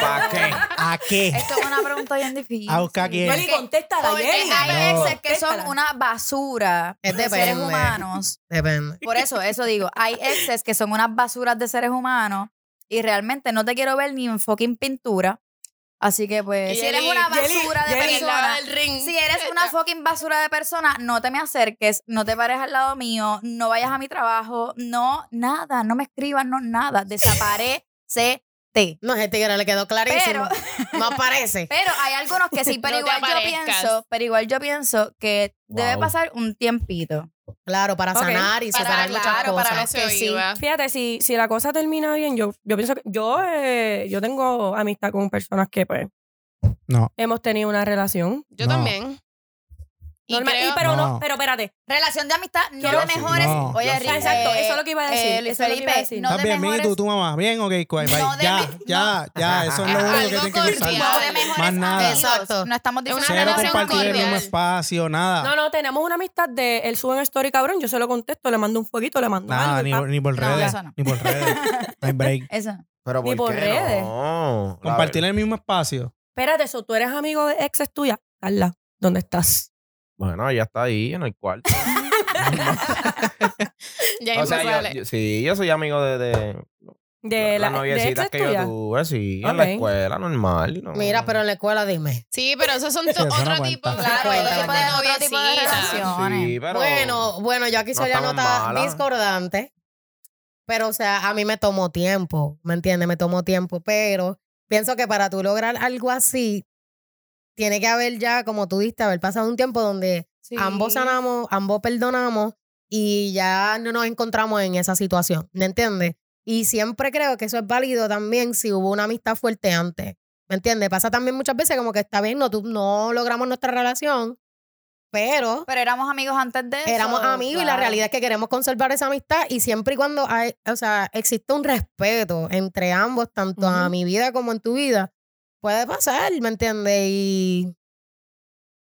¿Para qué? ¿A qué? Esto es una pregunta bien difícil. ¿A buscar a quién? Porque contéstala, hay No. exes que son una basura Es de seres depende. humanos. [laughs] Depende. Por eso, eso digo. Hay exes que son unas basuras de seres humanos y realmente no te quiero ver ni en fucking pintura. Así que pues, si eres una basura de persona, del ring. si eres una fucking basura de persona, no te me acerques, no te pares al lado mío, no vayas a mi trabajo, no, nada, no me escribas, no, nada. Desaparecete. No, ese tigre le quedó clarísimo. Pero, No aparece. [laughs] pero hay algunos que sí, pero No te igual yo aparezcas. pienso, pero igual yo pienso que debe Wow. pasar un tiempito. Claro, para Ok. sanar y Para- sanar muchas claro, cosas. para los que sí. Fíjate, si, si la cosa termina bien, yo, yo pienso que yo, eh, yo tengo amistad con personas que pues No. hemos tenido una relación. Yo No. también. Y normal. creo- Y pero no. No. pero espérate. Relación de amistad, no Yo de sí. mejores. No, Oye, yo sí. Rick, Eh, Exacto, eso es lo que iba a decir. eh, eso es lo que iba a Felipe, decir. no ¿Estás de bien, Miguel? mejores- ¿Tú, tu mamá? ¿Bien? Ok, cool, bye. No de ya, mi- ya, ya. Eso es lo único que Algo tienen que pensar. cordial. No de mejores Más nada. amigos. Exacto. No estamos Es una diciendo Cero relación compartir el cordial. mismo espacio, nada. No, no, tenemos una amistad de él sube un story, cabrón, yo se lo contesto, le mando un fueguito, le mando Nada, algo, ni, pa- ni por No, redes. eso no. Ni por redes. No hay break. Eso no. Pero Ni ¿por, por qué redes. no? La Compartir verdad. el mismo espacio. Espérate, eso, tú eres amigo de exes tuya. Carla, ¿dónde estás? Bueno, ya está ahí en el [laughs] cuarto. [laughs] Ya o sea, yo- impasable. yo- sí, yo soy amigo de, de De la, las de noviecitas exes que tuya. yo tuve, sí, en la Ok. escuela, normal. no. Mira, pero en la escuela dime. Sí, pero [laughs] esos son Sí, eso to- no otro cuenta. tipo, Claro, claro, otro otro tipo tipo de de- otro tipo de noviecita. relación. Sí, pero... Bueno, bueno, yo aquí no soy la estamos nota malas. discordante. Pero, o sea, a mí me tomó tiempo, ¿me entiendes? Me tomó tiempo, pero pienso que para tú lograr algo así, tiene que haber ya, como tú diste, haber pasado un tiempo donde ambos sanamos, ambos perdonamos y ya no nos encontramos en esa situación, ¿me entiendes? Y siempre creo que eso es válido también si hubo una amistad fuerte antes, ¿me entiendes? Pasa también muchas veces como que está bien, no, tú- no logramos nuestra relación, pero Pero éramos amigos antes de eso. éramos amigos y la claro. realidad es que queremos conservar esa amistad y siempre y cuando hay, o sea, existe un respeto entre ambos, tanto a Ujú. mi vida como en tu vida, puede pasar, ¿me entiendes? [laughs] Y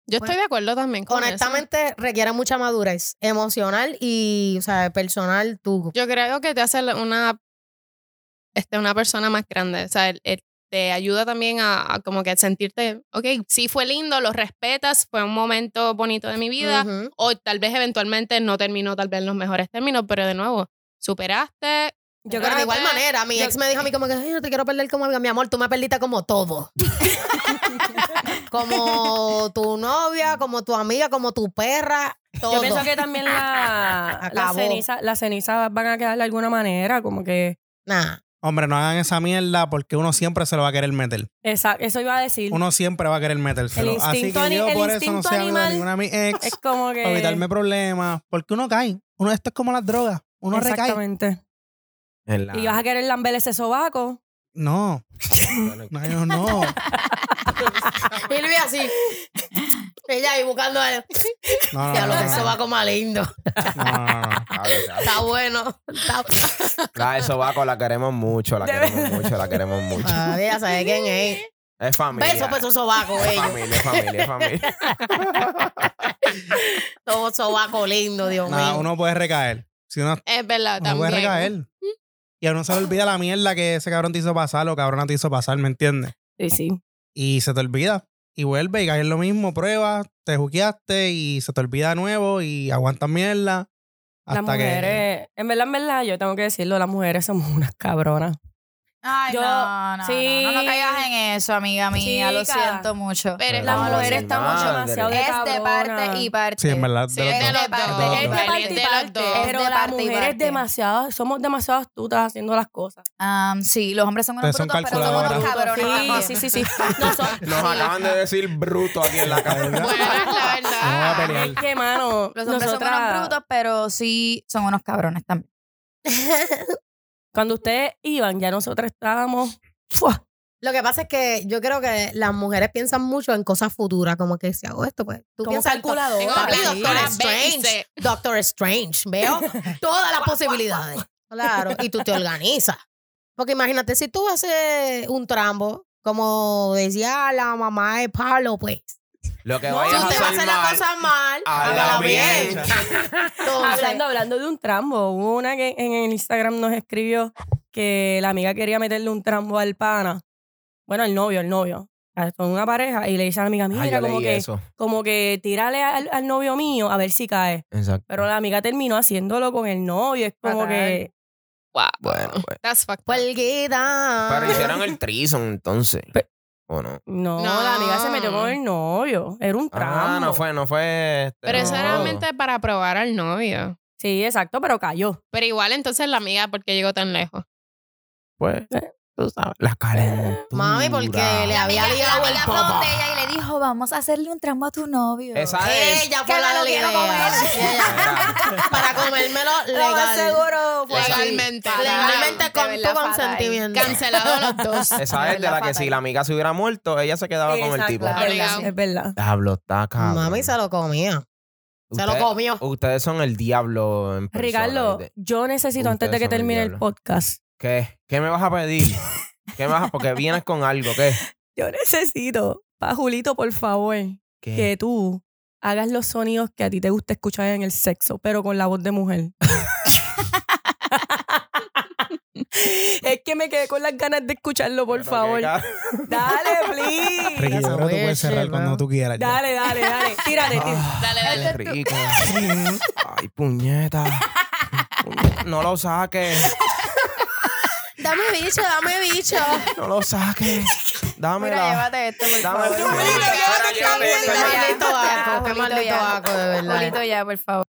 Yo estoy de acuerdo también con honestamente requiere mucha madurez emocional y, o sea, personal tú. eso. Yo creo que te hace la- una, este, una persona más grande. O sea, el- el- te ayuda también a, a como que sentirte, ok, sí fue lindo, lo respetas, fue un momento bonito de mi vida. Ujú. O tal vez eventualmente no terminó tal vez en los mejores términos, pero de nuevo, superaste. Yo Pero creo de que igual que- manera, mi yo- ex me dijo a mí como que "Ay, no te quiero perder como amiga. Mi amor, tú me perdiste como [laughs] todo. como tu novia, como tu amiga, como tu perra, todo. Yo pienso que también la, la Acabó. ceniza, las cenizas van a quedar de alguna manera, como que. Nah. Hombre, no hagan esa mierda porque uno siempre se lo va a querer meter. Esa, eso iba a decir. Uno siempre va a querer metérselo. El Así instinto que ani- yo el por eso no instinto sé amigo de animal. ninguna de mis ex. Es como que. para evitarme problemas. Porque uno cae. Uno, esto es como las drogas. Uno recae. Exactamente. En la- Y vas a querer lamber ese sobaco. No, [laughs] no, no, no. Y Luis así. [laughs] Ella ahí buscando a él. No, [laughs] Ya no, lo que no, eso va no, como lindo. no, no, no. A ver, a ver. Está bueno. Está... La de Sobaco la queremos mucho, la De queremos verdad. mucho, la queremos mucho. Ah, ya sabes quién es. Es familia. Beso, peso, sobaco, Es ellos. familia, es familia, es familia. Todo sobaco lindo, Dios Nada, mío. uno puede recaer. Si uno, Es verdad, uno puede también. recaer. Y a uno se le olvida la mierda que ese cabrón te hizo pasar o cabrona te hizo pasar, ¿me entiendes? Sí, sí. Y se te olvida. Y vuelve y caes en lo mismo, pruebas, te juqueaste y se te olvida de nuevo y aguantas mierda. Hasta Las mujeres, en verdad, en verdad, yo tengo que decirlo, las mujeres somos unas cabronas. Ay, Yo- no, no, sí. no, no, no caigas en eso, amiga mía. Lo Chica. siento mucho. Pero es La como- Las Vamos, mujeres estamos madre. demasiado de Es de cabronas. este parte y parte. que... Sí, en verdad. Sí, de los es de dos. los Es de dos. parte y Es de parte. de los dos. Es Pero de las parte y mujeres parte. demasiado, somos demasiado astutas haciendo las cosas. Am, sí, los hombres son unos Ustedes son brutos, pero son unos calculadoras. cabrones. también. Sí, sí, sí, sí. No, [laughs] son- Nos acaban de decir bruto aquí en la cabeza. [laughs] Bueno, es la Vamos a verdad. pelear. es que, mano, Los hombres son nosotras- unos brutos, pero sí son unos cabrones también. cuando ustedes iban, ya nosotras estábamos... ¡fua! Lo que pasa es que yo creo que las mujeres piensan mucho en cosas futuras, como que si hago esto, pues tú Como piensas en calculadora. todo. Tengo Papi, la Doctor doctora Strange. Base. Doctor Strange, [laughs] veo todas las posibilidades. Claro, y tú te organizas. Porque imagínate, si tú haces un trambo, como decía la mamá de Pablo, pues. Lo que Tú te vayas a vas a hacer hacer la mal, cosa mal, a la hágala bien. Oh, Entonces, Hablando, hablando de un trambo, hubo una que en el Instagram nos escribió que la amiga quería meterle un trambo al pana. Bueno, el novio, el novio. A- Con una pareja y le dice a la amiga, Ah, mira, yo como, leí que, eso. como que tírale al, al novio mío a ver si cae. Exacto. Pero la amiga terminó haciéndolo con el novio. Es como Fatal. que. Wow. Bueno, pues. That's fucked up. Polguita. Ah. Pero hicieron el trison entonces. ¿O no? No, No. la amiga se metió con el novio. Era un trambo. Ah, no fue, no fue. este, Pero eso no. era realmente para probar al novio. Sí, exacto, pero cayó. Pero igual entonces la amiga, ¿por qué llegó tan lejos? Pues, tú sabes. La calentura. Mami, porque le había liado el popo. ella y le dijo, vamos a hacerle un trambo a tu novio. Esa es. Ella Que fue me la lo de la quiero idea. comer. Ella- [laughs] Para comérmelo Lo más legal. seguro fue así. Legalmente. Legalmente Fatal, de con tu verdad, fatal. consentimiento. Cancelado los [laughs] dos. Esa es de la que si la amiga se hubiera muerto, ella se quedaba con el Exacto, tipo. claro. es verdad, Es verdad. Diablo, está cabrón. Mami se lo comía. Se lo Ustedes- comió. Ustedes son el diablo en persona, Ricardo, ¿viste? yo necesito, antes de Ustedes que son el termine el diablo. podcast, ¿Qué? ¿Qué me vas a pedir? ¿Qué me vas a... Porque vienes con algo, ¿qué? yo necesito, pa Julito, por favor, ¿Qué? que tú hagas los sonidos que a ti te gusta escuchar en el sexo, pero con la voz de [laughs] mujer. [laughs] es que me quedé con las ganas de escucharlo, por Pero qué favor. ca- Dale, please. Ricky, yo creo que Esa tú hueche, puedes cerrar ¿no? cuando tú quieras. ya. Dale, dale, dale. [laughs] Tírate, tírate. Ah, Dale, dale. qué rico. Ay, puñeta. Puñeta, No lo saques. Dame bicho, dame bicho. No lo saques. Dámela. Mira, llévate esto, por Dame favor. el- Julito, llévate Espera, esta llévate esto. mierda. Qué maldito Ya, asco, qué maldito asco, Julito, ya. de verdad. Julito, ya, por favor.